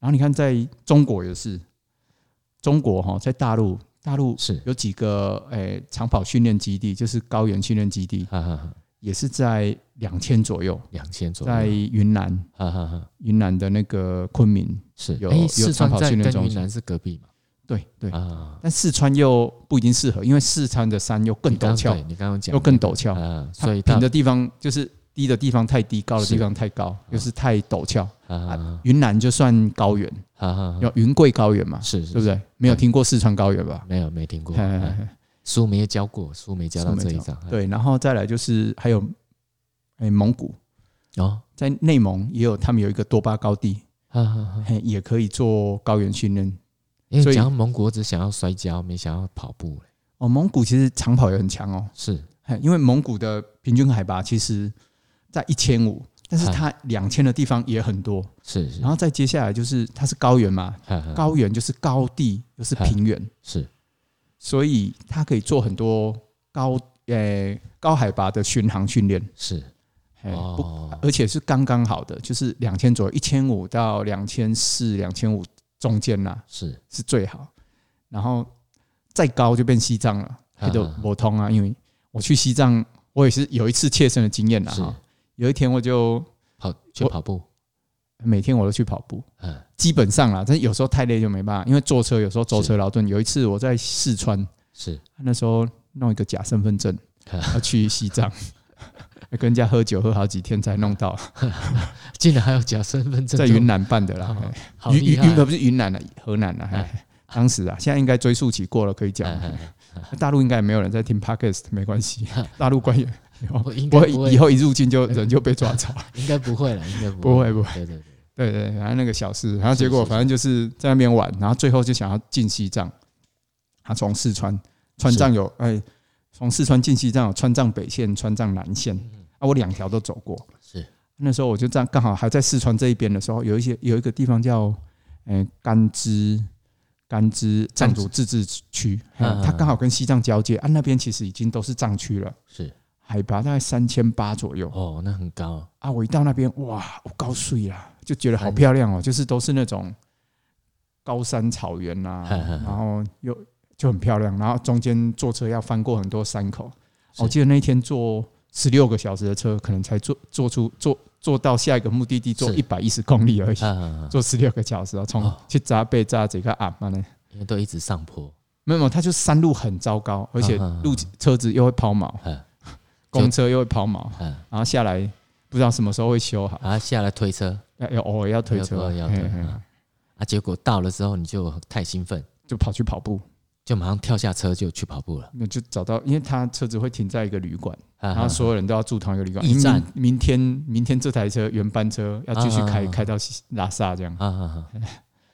Speaker 2: 然后你看在中国也是，中国哈在大陆，大陆
Speaker 1: 是
Speaker 2: 有几个诶、长跑训练基地，就是高原训练基地，
Speaker 1: 哈哈哈，
Speaker 2: 也是在两千左右，
Speaker 1: 两千左右，
Speaker 2: 在云南，
Speaker 1: 哈哈哈
Speaker 2: 云南的那个昆明，
Speaker 1: 是。
Speaker 2: 有
Speaker 1: 哎，
Speaker 2: 有
Speaker 1: 四
Speaker 2: 长
Speaker 1: 川
Speaker 2: 跑
Speaker 1: 在
Speaker 2: 训练
Speaker 1: 跟
Speaker 2: 中
Speaker 1: 云
Speaker 2: 心
Speaker 1: 南是隔壁嘛？
Speaker 2: 对对，
Speaker 1: 啊，
Speaker 2: 但四川又不一定适合，因为四川的山又更
Speaker 1: 你刚
Speaker 2: 陡
Speaker 1: 刚
Speaker 2: 峭
Speaker 1: 对，你刚刚讲
Speaker 2: 又更陡峭，
Speaker 1: 啊，
Speaker 2: 它
Speaker 1: 所以
Speaker 2: 平
Speaker 1: 它
Speaker 2: 的地方就是低的地方太低，高的
Speaker 1: 是
Speaker 2: 地方太高，又是太陡峭。
Speaker 1: 啊，
Speaker 2: 云南就算高原，
Speaker 1: 哈哈，
Speaker 2: 有云贵高原嘛，
Speaker 1: 是是
Speaker 2: 对不对？没有听过四川高原吧？
Speaker 1: 没有没听过，
Speaker 2: 嘿嘿
Speaker 1: 哎
Speaker 2: 嘿
Speaker 1: 书没教过，书没教到这一
Speaker 2: 书
Speaker 1: 章。哎，
Speaker 2: 对，然后再来就是还有，哎，蒙古
Speaker 1: 哦，
Speaker 2: 在内蒙也有，他们有一个多巴高地，
Speaker 1: 哈哈哈。
Speaker 2: 嘿，也可以做高原训练。
Speaker 1: 因
Speaker 2: 所
Speaker 1: 为
Speaker 2: 以
Speaker 1: 讲到蒙古，我只想要摔跤，没想要跑步。
Speaker 2: 哦，蒙古其实长跑也很强哦，
Speaker 1: 是
Speaker 2: 嘿，因为蒙古的平均海拔其实在一千五，但是它两千的地方也很多。
Speaker 1: 是是
Speaker 2: 然，后再接下来就是它是高原嘛，
Speaker 1: 哈哈
Speaker 2: 啊高原就是高地又是平原，
Speaker 1: 是
Speaker 2: 所以它可以做很多高呃高海拔的巡航训练，
Speaker 1: 是
Speaker 2: 嘿，哎不
Speaker 1: 哦，
Speaker 2: 而且是刚刚好的，就是两千左右，一千五到两千四、两千五中间啦、
Speaker 1: 是
Speaker 2: 是最好。然后再高就变西藏了，
Speaker 1: 啊
Speaker 2: 那就不通啊。因为我去西藏，我也是有一次切身的经验啦。
Speaker 1: 是
Speaker 2: 哈有一天我就
Speaker 1: 跑去
Speaker 2: 我
Speaker 1: 跑步，
Speaker 2: 每天我都去跑步，
Speaker 1: 嗯
Speaker 2: 基本上啦，但是有时候太累就没办法，因为坐车有时候舟
Speaker 1: 是
Speaker 2: 车劳顿。有一次我在四川，
Speaker 1: 是
Speaker 2: 那时候弄一个假身份证
Speaker 1: 啊
Speaker 2: 要去西
Speaker 1: (laughs)
Speaker 2: 藏，跟人家喝酒喝好几天才弄到，
Speaker 1: 竟然还有假身份证，
Speaker 2: 在云，南办的啦。
Speaker 1: 哦
Speaker 2: 嘿
Speaker 1: 好
Speaker 2: 云
Speaker 1: 厉
Speaker 2: 云
Speaker 1: 害
Speaker 2: 云不是云南了、河南了、
Speaker 1: 哎
Speaker 2: 哎当时啊，现在应该追溯起过了，可以讲。
Speaker 1: 哎哎
Speaker 2: 大陆应该也没有人在听 podcast，没关系，大陆官员
Speaker 1: 我 (laughs) 应该
Speaker 2: 哦我
Speaker 1: 不会
Speaker 2: 以后一入境就人就被抓走了。 (laughs)
Speaker 1: 应该不会了，应该不
Speaker 2: 不会不
Speaker 1: 会，对对对，
Speaker 2: 对对，对反正那个小事，然后结
Speaker 1: 是
Speaker 2: 果
Speaker 1: 是
Speaker 2: 反正就是在那边玩，然后最后就想要进西藏，他从四川川藏有哎，从四川进西藏有川藏北线、川藏南线啊，我两条都走过。
Speaker 1: 嗯是
Speaker 2: 那时候我就这样刚好还在四川这一边的时候，有一些有一个地方叫呃甘孜甘孜藏族自治区，
Speaker 1: 嗯
Speaker 2: 嗯它刚好跟西藏交界啊，那边其实已经都是藏区了，
Speaker 1: 是
Speaker 2: 海拔大概三千八左右
Speaker 1: 哦，那很高啊，
Speaker 2: 啊。我一到那边，哇，我高睡啦，就觉
Speaker 1: 哎
Speaker 2: 得好漂亮哦，就是都是那种高山草原
Speaker 1: (laughs)
Speaker 2: 啦、
Speaker 1: 嗯嗯嗯
Speaker 2: 然后又就很漂亮，然后中间坐车要翻过很多山口，
Speaker 1: 是
Speaker 2: 我记得那一天坐十六个小时的车，可能才坐坐出坐坐到下一个目的地，坐
Speaker 1: 是
Speaker 2: 一百一十公里而已，
Speaker 1: 啊啊啊
Speaker 2: 坐十六个小时哦，从
Speaker 1: 哦
Speaker 2: 去扎贝扎这个阿曼呢，
Speaker 1: 因为都一直上坡，
Speaker 2: 没有，没有，它就山路很糟糕，而且
Speaker 1: 啊啊啊
Speaker 2: 路车子又会抛锚
Speaker 1: 啊，
Speaker 2: (laughs) 公车又会抛锚，
Speaker 1: 嗯，
Speaker 2: 然后下来不知道什么时候会修好，
Speaker 1: 然后啊下来推车
Speaker 2: 要要偶尔要推
Speaker 1: 要
Speaker 2: 车，
Speaker 1: 推要
Speaker 2: 嘿
Speaker 1: 推
Speaker 2: 嘿
Speaker 1: 啊啊，结果到了之后你就太兴奋，
Speaker 2: 就跑去跑步，
Speaker 1: 就马上跳下车就去跑步了，
Speaker 2: 那就找到，因为他车子会停在一个旅馆。
Speaker 1: 啊
Speaker 2: 然后所有人都要住同一个旅馆。
Speaker 1: 驿
Speaker 2: 因为
Speaker 1: 站
Speaker 2: 明明天明天这台车原班车要继续开、
Speaker 1: 啊
Speaker 2: 开到西拉萨这样。
Speaker 1: 啊啊啊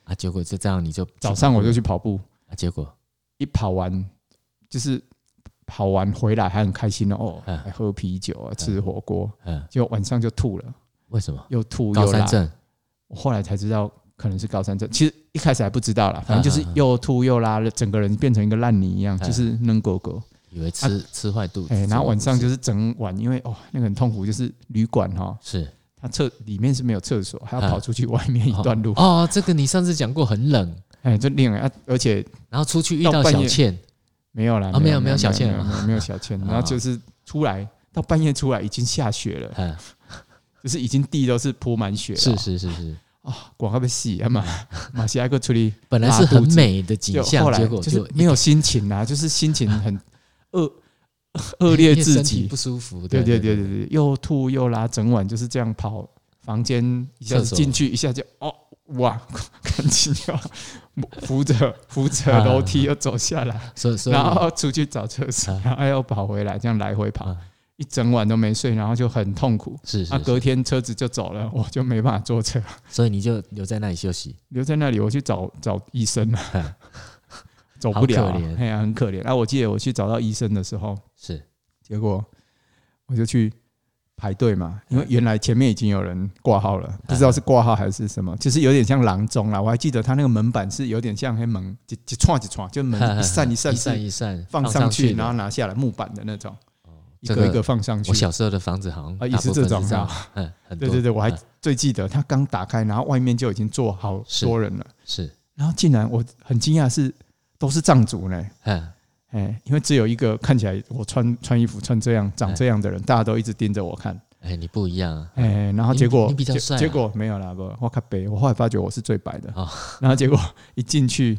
Speaker 1: 啊，结果就这样你就
Speaker 2: 早上我就去跑步，
Speaker 1: 啊，结果
Speaker 2: 一跑完就是跑完回来还很开心哦，
Speaker 1: 嗯
Speaker 2: 还喝啤酒啊，吃火锅，
Speaker 1: 嗯，
Speaker 2: 结果晚上就吐了，
Speaker 1: 为什么
Speaker 2: 又吐
Speaker 1: 高
Speaker 2: 又
Speaker 1: 山
Speaker 2: 拉。
Speaker 1: 症
Speaker 2: 我后来才知道可能是高山症，其实一开始还不知道啦，反正就是
Speaker 1: 嗯嗯嗯
Speaker 2: 又吐又拉了，整个人变成一个烂泥一样，
Speaker 1: 嗯
Speaker 2: 就是扔狗狗。
Speaker 1: 以为吃吃坏肚子
Speaker 2: 哎，，然后晚上就是是整晚，因为哦那个很痛苦，就是旅馆哈、哦。
Speaker 1: 是
Speaker 2: 它厕里面是没有厕所，还要
Speaker 1: 啊
Speaker 2: 跑出去外面一段路，
Speaker 1: 哦，这个你上次讲过很冷，
Speaker 2: 哎，就练了啊，而且
Speaker 1: 然后出去遇
Speaker 2: 到
Speaker 1: 到
Speaker 2: 半
Speaker 1: 小
Speaker 2: 夜
Speaker 1: 倩，
Speaker 2: 没有啦，
Speaker 1: 啊没有没有小倩
Speaker 2: 没有没有没有没有小
Speaker 1: (laughs)
Speaker 2: 倩，
Speaker 1: 啊
Speaker 2: 然后就是出来到半夜出来已经下雪了，
Speaker 1: 嗯，
Speaker 2: (laughs) 就是已经地都是铺满雪了，
Speaker 1: 是是是是，
Speaker 2: 啊，广告被洗啊嘛，马西埃克处理，
Speaker 1: 本来
Speaker 2: 拉
Speaker 1: 是很
Speaker 2: 肚子
Speaker 1: 美的景
Speaker 2: 就
Speaker 1: 象
Speaker 2: 后，来
Speaker 1: 结果
Speaker 2: 就是
Speaker 1: 就啊
Speaker 2: 没有心情啦，就是心情很
Speaker 1: (laughs)
Speaker 2: 恶恶劣
Speaker 1: 因为
Speaker 2: 至
Speaker 1: 身体
Speaker 2: 极
Speaker 1: 不，舒服，
Speaker 2: 对对
Speaker 1: 对
Speaker 2: 对对对，又吐又拉，整晚就是这样跑，房间一下
Speaker 1: 厕
Speaker 2: 子
Speaker 1: 所
Speaker 2: 进去，一下就哦哇， (laughs) 赶紧要扶着扶着
Speaker 1: 啊
Speaker 2: 楼梯又走下来，
Speaker 1: 所以所以
Speaker 2: 然后出去找厕所
Speaker 1: 啊，
Speaker 2: (laughs) 然后又跑回来，这样来回跑
Speaker 1: 啊，
Speaker 2: 一整晚都没睡，然后就很痛苦。
Speaker 1: 是是
Speaker 2: 啊，隔
Speaker 1: 是，
Speaker 2: 天车子就走了，我就没办法坐车，
Speaker 1: 所以你就留在那里休息，
Speaker 2: 留在那里，我去找找医
Speaker 1: (laughs)
Speaker 2: 生
Speaker 1: 啊
Speaker 2: 了，走不了
Speaker 1: 好可怜
Speaker 2: 啊，哎呀，很可怜。啊，我记得我去找到医生的时候，
Speaker 1: 是
Speaker 2: 结果我就去排队嘛，因
Speaker 1: 嗯
Speaker 2: 为原来前面已经有人挂号了，不知道是挂号还是什么，就是有点像郎中啦。我还记得他那个门板是有点像黑门一一串一串，就门一
Speaker 1: (laughs)
Speaker 2: 扇一扇
Speaker 1: 一扇
Speaker 2: 是
Speaker 1: 一扇
Speaker 2: 放上去，
Speaker 1: 的哦
Speaker 2: 然后拿下来木板的那种，一
Speaker 1: 这
Speaker 2: 个
Speaker 1: 个
Speaker 2: 一个放上去
Speaker 1: 我。小时候的房子好像
Speaker 2: 啊也
Speaker 1: 大
Speaker 2: 是
Speaker 1: 部
Speaker 2: 这
Speaker 1: 分
Speaker 2: 种
Speaker 1: 这样
Speaker 2: 啊，
Speaker 1: 嗯，很
Speaker 2: 对
Speaker 1: 多
Speaker 2: 对对，我还
Speaker 1: 嗯
Speaker 2: 最记得他刚打开，然后外面就已经坐好
Speaker 1: 是
Speaker 2: 多人了，
Speaker 1: 是
Speaker 2: 然后竟然我很惊讶是都是藏族呢。
Speaker 1: 嗯
Speaker 2: 哎，因为只有一个看起来我穿穿衣服穿这样长这样的人，大家都一直盯着我看。
Speaker 1: 哎，你不一样
Speaker 2: (laughs)
Speaker 1: 啊，
Speaker 2: 哎、然后
Speaker 1: 你
Speaker 2: 结果
Speaker 1: 你比较
Speaker 2: 结
Speaker 1: 帅啊
Speaker 2: 结果没有啦，不，我靠北，我后来发觉我是最白的。
Speaker 1: 哦
Speaker 2: 然后结果一进去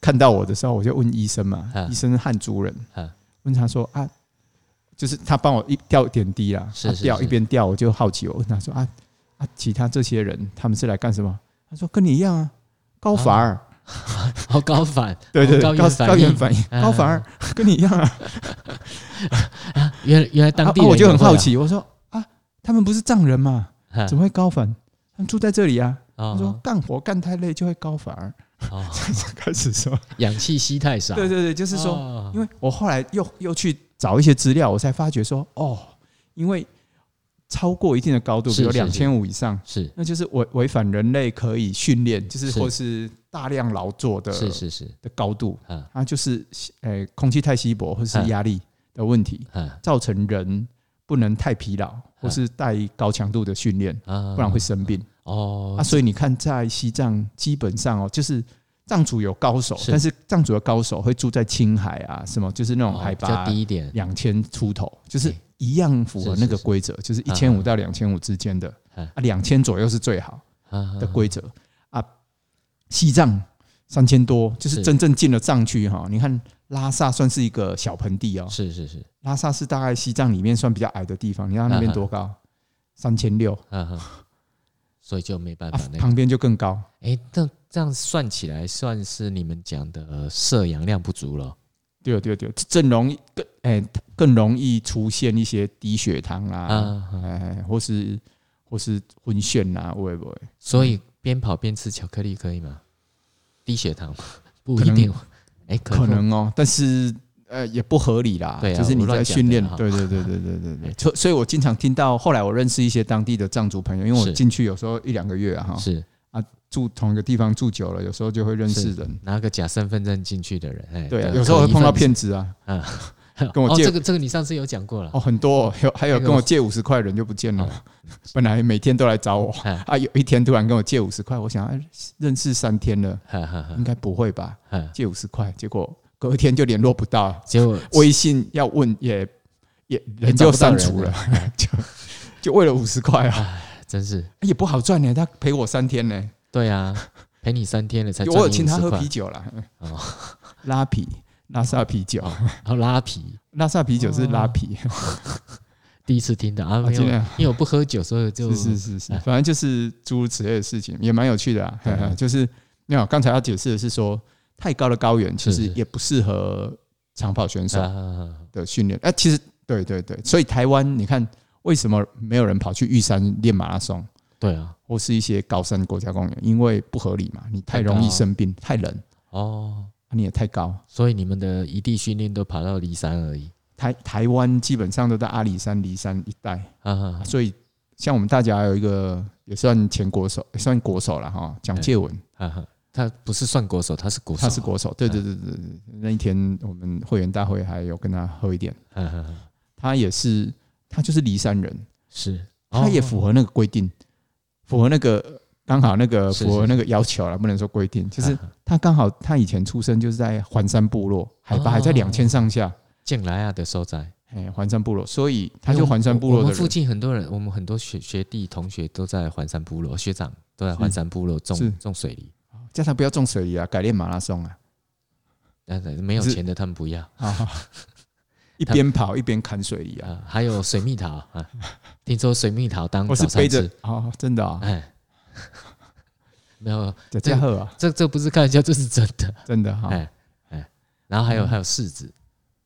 Speaker 2: 看到我的时候，我就问医生嘛，
Speaker 1: 嗯
Speaker 2: 医生是汉族人，
Speaker 1: 嗯
Speaker 2: 问他说啊，就是他帮我一吊点滴啦，
Speaker 1: 是
Speaker 2: 他
Speaker 1: 是
Speaker 2: 吊
Speaker 1: 是
Speaker 2: 一边吊，我就好奇，我问他说啊啊，其他这些人他们是来干什么？他说跟你一样啊，高反儿。
Speaker 1: 好高反，
Speaker 2: (laughs) 对对，
Speaker 1: 哦高
Speaker 2: 对高
Speaker 1: 反
Speaker 2: 高
Speaker 1: 应
Speaker 2: 原反应，
Speaker 1: 嗯
Speaker 2: 高反儿跟你一样啊。
Speaker 1: 原来原来
Speaker 2: 啊
Speaker 1: 当地
Speaker 2: 啊
Speaker 1: 人
Speaker 2: 我就
Speaker 1: 也
Speaker 2: 很
Speaker 1: 会啊
Speaker 2: 好，奇，我说啊，他们不是藏人嘛，
Speaker 1: 嗯
Speaker 2: 怎么会高反？他们住在这里啊。
Speaker 1: 哦
Speaker 2: 他说干活干太累就会高反儿， (laughs)
Speaker 1: 哦
Speaker 2: 开始说，
Speaker 1: 氧气吸太少，
Speaker 2: 对
Speaker 1: 哦，
Speaker 2: 对对，就是是说，因为我后来又又去找一些资料，我才发觉说，哦，因为超过一定的高度，
Speaker 1: 是
Speaker 2: 比如
Speaker 1: 是
Speaker 2: 两千五以上，
Speaker 1: 是
Speaker 2: 那就是违违反人类可以训练，就是
Speaker 1: 是
Speaker 2: 或是大量劳作的
Speaker 1: 是是是，
Speaker 2: 的高度，
Speaker 1: 嗯
Speaker 2: 它就是呃空气太稀薄或是
Speaker 1: 嗯
Speaker 2: 压力的问题，
Speaker 1: 嗯
Speaker 2: 造成人不能太疲劳或是太高强度的训练，
Speaker 1: 啊，
Speaker 2: 不然会生病。
Speaker 1: 哦
Speaker 2: 啊，所以你看，在西藏基本上哦，就是藏族有高手，
Speaker 1: 是
Speaker 2: 但是藏族的高手会住在青海啊，什么就是那种
Speaker 1: 哦
Speaker 2: 海
Speaker 1: 比较
Speaker 2: 拔
Speaker 1: 低一点，
Speaker 2: 两千出头，就是
Speaker 1: 对
Speaker 2: 一样符合那
Speaker 1: 是是
Speaker 2: 个
Speaker 1: 是
Speaker 2: 规则，就是一
Speaker 1: 啊
Speaker 2: 千五到两千五之间的
Speaker 1: 啊
Speaker 2: 啊，两千左右是最好的
Speaker 1: 的
Speaker 2: 规则啊。西藏三千多，就是
Speaker 1: 是
Speaker 2: 真正进了藏区哈、你看拉萨算是一个小盆地哦，
Speaker 1: 是是是，
Speaker 2: 拉萨是大概西藏里面算比较矮的地方，你看它那边多高，三千六
Speaker 1: 嗯哼，所以就没办
Speaker 2: 啊
Speaker 1: 法那，个。
Speaker 2: 旁边就更高。
Speaker 1: 哎，这这样算起来，算是你们讲的呃摄氧量不足了。
Speaker 2: 对哦对对，这更容易更哎、更容易出现一些低血糖啦、
Speaker 1: 啊，
Speaker 2: 哎，或是或是昏眩啊，会不会？
Speaker 1: 所
Speaker 2: 嗯
Speaker 1: 以边跑边吃巧克力可以吗？低血
Speaker 2: (laughs)
Speaker 1: 糖吗不
Speaker 2: 可
Speaker 1: 一
Speaker 2: 能
Speaker 1: 定，哎，
Speaker 2: 可能哦，但是呃也不合理啦，
Speaker 1: 对啊
Speaker 2: 就是你
Speaker 1: 我乱
Speaker 2: 在
Speaker 1: 讲
Speaker 2: 训
Speaker 1: 的
Speaker 2: 练
Speaker 1: 哈，
Speaker 2: 对对对对对对
Speaker 1: (laughs) 哎
Speaker 2: 对，所所以我经常听到，后来我认识一些当地的藏族朋友，因为我
Speaker 1: 是
Speaker 2: 进去有时候一两个月啊哈，
Speaker 1: 是
Speaker 2: 住同一个地方住久了，有时候就会认识人，
Speaker 1: 拿个假身份证进去的人，哎，
Speaker 2: 对啊，
Speaker 1: 可
Speaker 2: 有时候会
Speaker 1: 疑
Speaker 2: 碰到
Speaker 1: 分子
Speaker 2: 骗子啊，跟我
Speaker 1: 哦，
Speaker 2: 借
Speaker 1: 这个这个你上次有讲过了
Speaker 2: 哦，，很多、哦、有还有
Speaker 1: 那个哦
Speaker 2: 跟我借五十块的人就不见了， (laughs) 本来每天都来找我
Speaker 1: 哎
Speaker 2: 啊，有一天突然跟我借五十块，我想、哎、认识三天了，
Speaker 1: 哈哈哈
Speaker 2: 应该不会吧，
Speaker 1: 哈，
Speaker 2: 借五十块，结果隔天就联络不到，
Speaker 1: 结果
Speaker 2: 微信要问也也
Speaker 1: 也
Speaker 2: 人
Speaker 1: 找
Speaker 2: 就
Speaker 1: 不到
Speaker 2: 删
Speaker 1: 人
Speaker 2: 除
Speaker 1: 了
Speaker 2: 了， (laughs) 就就为了五十块啊，
Speaker 1: 真是
Speaker 2: 也不好赚呢。他陪我三天呢，
Speaker 1: 对啊，陪你三天了才
Speaker 2: 我有
Speaker 1: 赚你
Speaker 2: 请
Speaker 1: 五
Speaker 2: 他
Speaker 1: 十
Speaker 2: 喝
Speaker 1: 块
Speaker 2: 啤，酒啦，
Speaker 1: 哦
Speaker 2: (laughs) 拉皮拉萨啤酒，
Speaker 1: 然后拉皮，
Speaker 2: 拉萨啤酒
Speaker 1: 哦
Speaker 2: 是拉皮， (laughs)
Speaker 1: 第一次听到啊，没有
Speaker 2: 今天，
Speaker 1: 因为我不喝酒，所以就是
Speaker 2: 是是是
Speaker 1: 哎，
Speaker 2: 反正就是诸如此类的事情，也蛮有趣的啊
Speaker 1: 对啊。
Speaker 2: (laughs) 就是没有，刚才要解释的是说，太高的高原其
Speaker 1: 是
Speaker 2: 实
Speaker 1: 是
Speaker 2: 也不适合长跑选手
Speaker 1: 啊啊啊啊
Speaker 2: 的训练。哎，其实对对对，所以台湾你看为什么没有人跑去玉山练马拉松？
Speaker 1: 对啊，
Speaker 2: 或是一些高山国家公园，因为不合理嘛，你太容易生病，太冷，
Speaker 1: 哦，
Speaker 2: 你也太高。
Speaker 1: 所以你们的一地训练都跑到骊山而已，
Speaker 2: 台台湾基本上都在阿里山、离山一带，
Speaker 1: 啊啊，啊
Speaker 2: 所以像我们大家有一个也算前国手，也算国手了哈，蒋介文，
Speaker 1: 哈哈，他不是算国手，他是国手，
Speaker 2: 他是国手，对对对对对。那一天我们会员大会还有跟他喝一点，
Speaker 1: 哈哈哈，
Speaker 2: 他也是他就是离山人，
Speaker 1: 是，哦
Speaker 2: 他也符
Speaker 1: 合，
Speaker 2: 合那个规定，符合那个刚好那个
Speaker 1: 是
Speaker 2: 符合
Speaker 1: 是
Speaker 2: 那个要求了，不能说规定，就是
Speaker 1: 啊啊
Speaker 2: 他刚好他以前出生就是在环山部落，海拔还在
Speaker 1: 哦
Speaker 2: 两千上下，
Speaker 1: 建莱亚的所在，
Speaker 2: 哎，环山部落，所以他
Speaker 1: 哎
Speaker 2: 就
Speaker 1: 我们
Speaker 2: 环山部落
Speaker 1: 我
Speaker 2: 的
Speaker 1: 们附
Speaker 2: 人。
Speaker 1: 近很多人，我们很多学学弟同学都在环山部落，学长都在环山部落
Speaker 2: 是
Speaker 1: 种种水梨，
Speaker 2: 叫他不要种水梨啊，改练马拉松啊，
Speaker 1: 但是没有
Speaker 2: 是
Speaker 1: 钱的他们不要
Speaker 2: 啊， (laughs) 一边跑一边砍水梨啊，
Speaker 1: 啊，还有水蜜桃啊，听说水蜜桃当
Speaker 2: 我
Speaker 1: 嗯
Speaker 2: 是
Speaker 1: 早餐
Speaker 2: 背着
Speaker 1: 吃，
Speaker 2: (laughs) 哦，真的啊，
Speaker 1: 哎， (laughs) 没有，
Speaker 2: 这加贺啊，
Speaker 1: 这这不是开玩笑，这是真的，
Speaker 2: 真的哈，
Speaker 1: 哎哎，然后还有
Speaker 2: 嗯
Speaker 1: 还有柿子，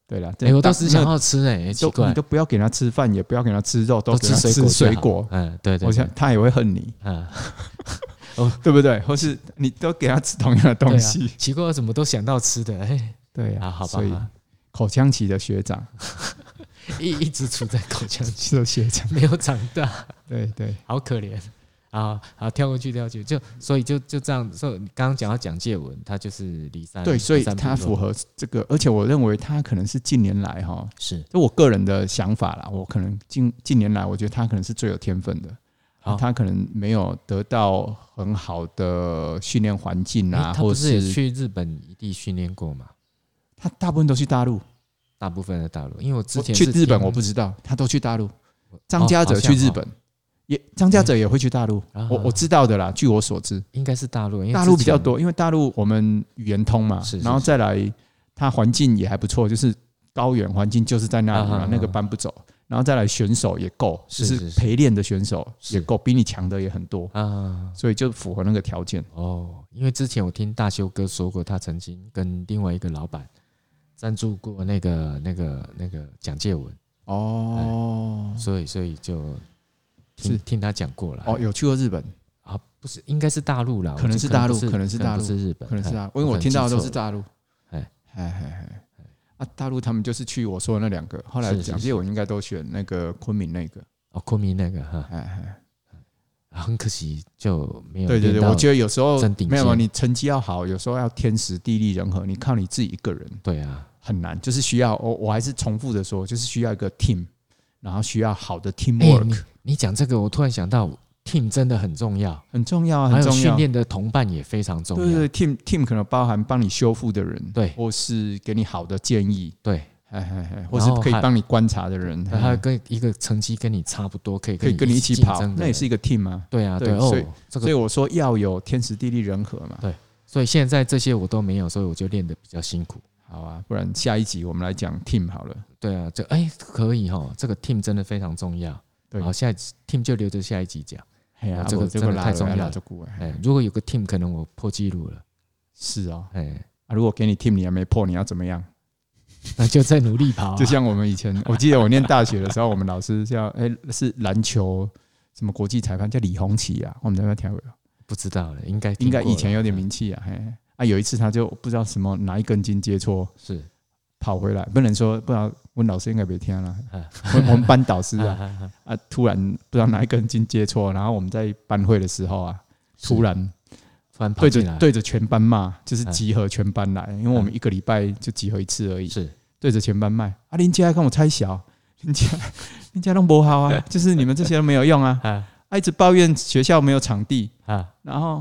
Speaker 2: 对了，
Speaker 1: 哎，我当时想
Speaker 2: 那
Speaker 1: 要吃哎，哎奇
Speaker 2: 都
Speaker 1: 怪
Speaker 2: 你，都不要给他吃饭，也不要给他吃肉，都
Speaker 1: 都
Speaker 2: 给他
Speaker 1: 水
Speaker 2: 吃
Speaker 1: 果
Speaker 2: 水
Speaker 1: 水
Speaker 2: 果，，
Speaker 1: 嗯，对对，
Speaker 2: 我想
Speaker 1: 对
Speaker 2: 他也会恨你，
Speaker 1: 啊，
Speaker 2: 对不对？或是你都给他吃同样的 (laughs) 东
Speaker 1: 对啊
Speaker 2: 西，
Speaker 1: 奇怪，我怎么都想到吃的，哎，
Speaker 2: 对
Speaker 1: 啊，好吧
Speaker 2: 所以，
Speaker 1: 啊
Speaker 2: 口腔期的学长， (laughs)
Speaker 1: 一一直处在口腔 (laughs) 期，
Speaker 2: 是学长，
Speaker 1: 没有长大。
Speaker 2: 对对，
Speaker 1: 好可怜啊！好，跳过去，跳过去，就所以就就这样。所以你刚刚讲到蒋介文，他就是离山，
Speaker 2: 对，所以
Speaker 1: 离山部
Speaker 2: 它
Speaker 1: 落
Speaker 2: 符合这个，而且我认为它可能是近年来哈，
Speaker 1: 是
Speaker 2: 就我个人的想法啦，我可能近近年来，我觉得它可能是最有天分的
Speaker 1: 好。
Speaker 2: 他可能没有得到很好的训练环境
Speaker 1: 诶
Speaker 2: 啊，
Speaker 1: 他
Speaker 2: 或
Speaker 1: 不是也
Speaker 2: 是
Speaker 1: 去日本一地训练过嘛？
Speaker 2: 他大部分都去大陆。
Speaker 1: 大部分的大陆，因为我之
Speaker 2: 我
Speaker 1: 前
Speaker 2: 去
Speaker 1: 是
Speaker 2: 日本
Speaker 1: 听
Speaker 2: 我不知道，他都去大陆。
Speaker 1: 哦
Speaker 2: 张家
Speaker 1: 好
Speaker 2: 泽
Speaker 1: 像
Speaker 2: 去
Speaker 1: 哦
Speaker 2: 日本，也张家泽也会去大陆。
Speaker 1: 啊
Speaker 2: 我我知道的啦，据我所知，
Speaker 1: 应该是大陆，因为
Speaker 2: 大
Speaker 1: 之
Speaker 2: 陆比较
Speaker 1: 前
Speaker 2: 多，因为大陆我们语言通嘛
Speaker 1: 是，是
Speaker 2: 然后
Speaker 1: 是
Speaker 2: 再来它环境也还不错，就是高原环境就是在那里
Speaker 1: 啊哈
Speaker 2: 嘛，那个搬不走。然后再来选手也够，就是
Speaker 1: 是
Speaker 2: 是
Speaker 1: 是
Speaker 2: 陪练的选手也
Speaker 1: 是
Speaker 2: 够，比你强的也很多，
Speaker 1: 啊。
Speaker 2: 所以就符合那个条件。
Speaker 1: 哦，因为之前我听大修哥说过，他曾经跟另外一个老板赞助过那个那个那个蒋介文，
Speaker 2: 哦
Speaker 1: 所以所以就听
Speaker 2: 是
Speaker 1: 听他讲过了。
Speaker 2: 哦，有去过日本，
Speaker 1: 啊，不是，应该是大陆啦，
Speaker 2: 可能是大陆
Speaker 1: 我就
Speaker 2: 可能是大陆
Speaker 1: 不是日本，
Speaker 2: 可能是大
Speaker 1: 哎
Speaker 2: 陆，因为我
Speaker 1: 可能
Speaker 2: 听到的
Speaker 1: 记
Speaker 2: 都
Speaker 1: 错
Speaker 2: 是
Speaker 1: 了
Speaker 2: 大陆。
Speaker 1: 哎
Speaker 2: 哎哎哎啊，大陆他们就是去我说的那两个，后来
Speaker 1: 是是
Speaker 2: 蒋介文应该都选那个昆明那个。
Speaker 1: 哦，昆明那个哈，
Speaker 2: 哎哎。
Speaker 1: 啊很可惜就没有
Speaker 2: 对对
Speaker 1: 练
Speaker 2: 对，
Speaker 1: 到
Speaker 2: 我觉得有时候
Speaker 1: 真顶尖
Speaker 2: 没有你成绩要好，有时候要天时地利人和，你靠你自己一个人
Speaker 1: 对啊，
Speaker 2: 很难，就是需要我我还是重复的说，就是需要一个 team，然后需要好的
Speaker 1: 哎、
Speaker 2: teamwork，、
Speaker 1: 你你讲这个，我突然想到，team 真的很重要，
Speaker 2: 很重要啊，
Speaker 1: 还
Speaker 2: 很
Speaker 1: 有
Speaker 2: 重
Speaker 1: 训
Speaker 2: 要。
Speaker 1: 练的同伴也非常重
Speaker 2: 对
Speaker 1: 要，
Speaker 2: 对，team team 可能包含帮你修复的人，
Speaker 1: 对
Speaker 2: 或是给你好的建议，
Speaker 1: 对，
Speaker 2: 哎哎哎，或
Speaker 1: 然
Speaker 2: 是
Speaker 1: 后
Speaker 2: 可以
Speaker 1: 还
Speaker 2: 帮你观察的人，
Speaker 1: 那还有
Speaker 2: 哎
Speaker 1: 跟一个成绩跟你差不多，可以
Speaker 2: 可以跟你
Speaker 1: 一
Speaker 2: 一起跑
Speaker 1: 竞争，的
Speaker 2: 那也是一个 team 啊。
Speaker 1: 对啊，
Speaker 2: 对
Speaker 1: 对哦
Speaker 2: 所以，
Speaker 1: 这
Speaker 2: 所以
Speaker 1: 个，
Speaker 2: 我说要有天时地利人和嘛。
Speaker 1: 所以现在这些我都没有，所以我就练得比较辛苦。
Speaker 2: 好啊，不然下一集我们来讲 team 好了。
Speaker 1: 对啊，就哎、可以哈，这个 team 真的非常重要。
Speaker 2: 对
Speaker 1: 好，下一集 team 就留着下一集讲。
Speaker 2: 哎呀
Speaker 1: 哦，这个
Speaker 2: 我这
Speaker 1: 真的
Speaker 2: 个拉
Speaker 1: 太
Speaker 2: 了
Speaker 1: 重要
Speaker 2: 拉
Speaker 1: 了
Speaker 2: 这股哎，
Speaker 1: 哎、如果有个 team，可能我破纪录了。
Speaker 2: 是哦。啊
Speaker 1: 哎，
Speaker 2: 啊，如果给你 team 你还没破，你要怎么样？
Speaker 1: 那就再努力跑、啊。
Speaker 2: (laughs) 就像我们以前，我记得我念大学的时候，我们老师叫哎、是篮球什么国际裁判叫李红旗啊，我们在那调
Speaker 1: 不知道了，应该听
Speaker 2: 应该
Speaker 1: 过
Speaker 2: 以前
Speaker 1: 了哎
Speaker 2: 有点名气啊，嘿啊有一次他就不知道什么哪一根筋接错
Speaker 1: 是
Speaker 2: 跑回来，不能说不知道温老师应该别听了
Speaker 1: 嗯，
Speaker 2: 我我们班导师啊
Speaker 1: (laughs) 啊，
Speaker 2: 啊突然不知道哪一根筋接错，然后我们在班会的时候啊，
Speaker 1: 是
Speaker 2: 突然
Speaker 1: 突然跑
Speaker 2: 对
Speaker 1: 进
Speaker 2: 着
Speaker 1: 来，啊
Speaker 2: 对着全班骂，就是
Speaker 1: 嗯
Speaker 2: 集合全班来，因为我们一个礼拜就集合一次而已，
Speaker 1: 是
Speaker 2: 对着全班卖。啊，林家跟我猜小， (laughs) 林家林家弄不好
Speaker 1: (laughs)
Speaker 2: 啊，就是你们这些人没有用啊，
Speaker 1: 啊
Speaker 2: 啊一直抱怨学校没有场地，
Speaker 1: 啊，
Speaker 2: 然后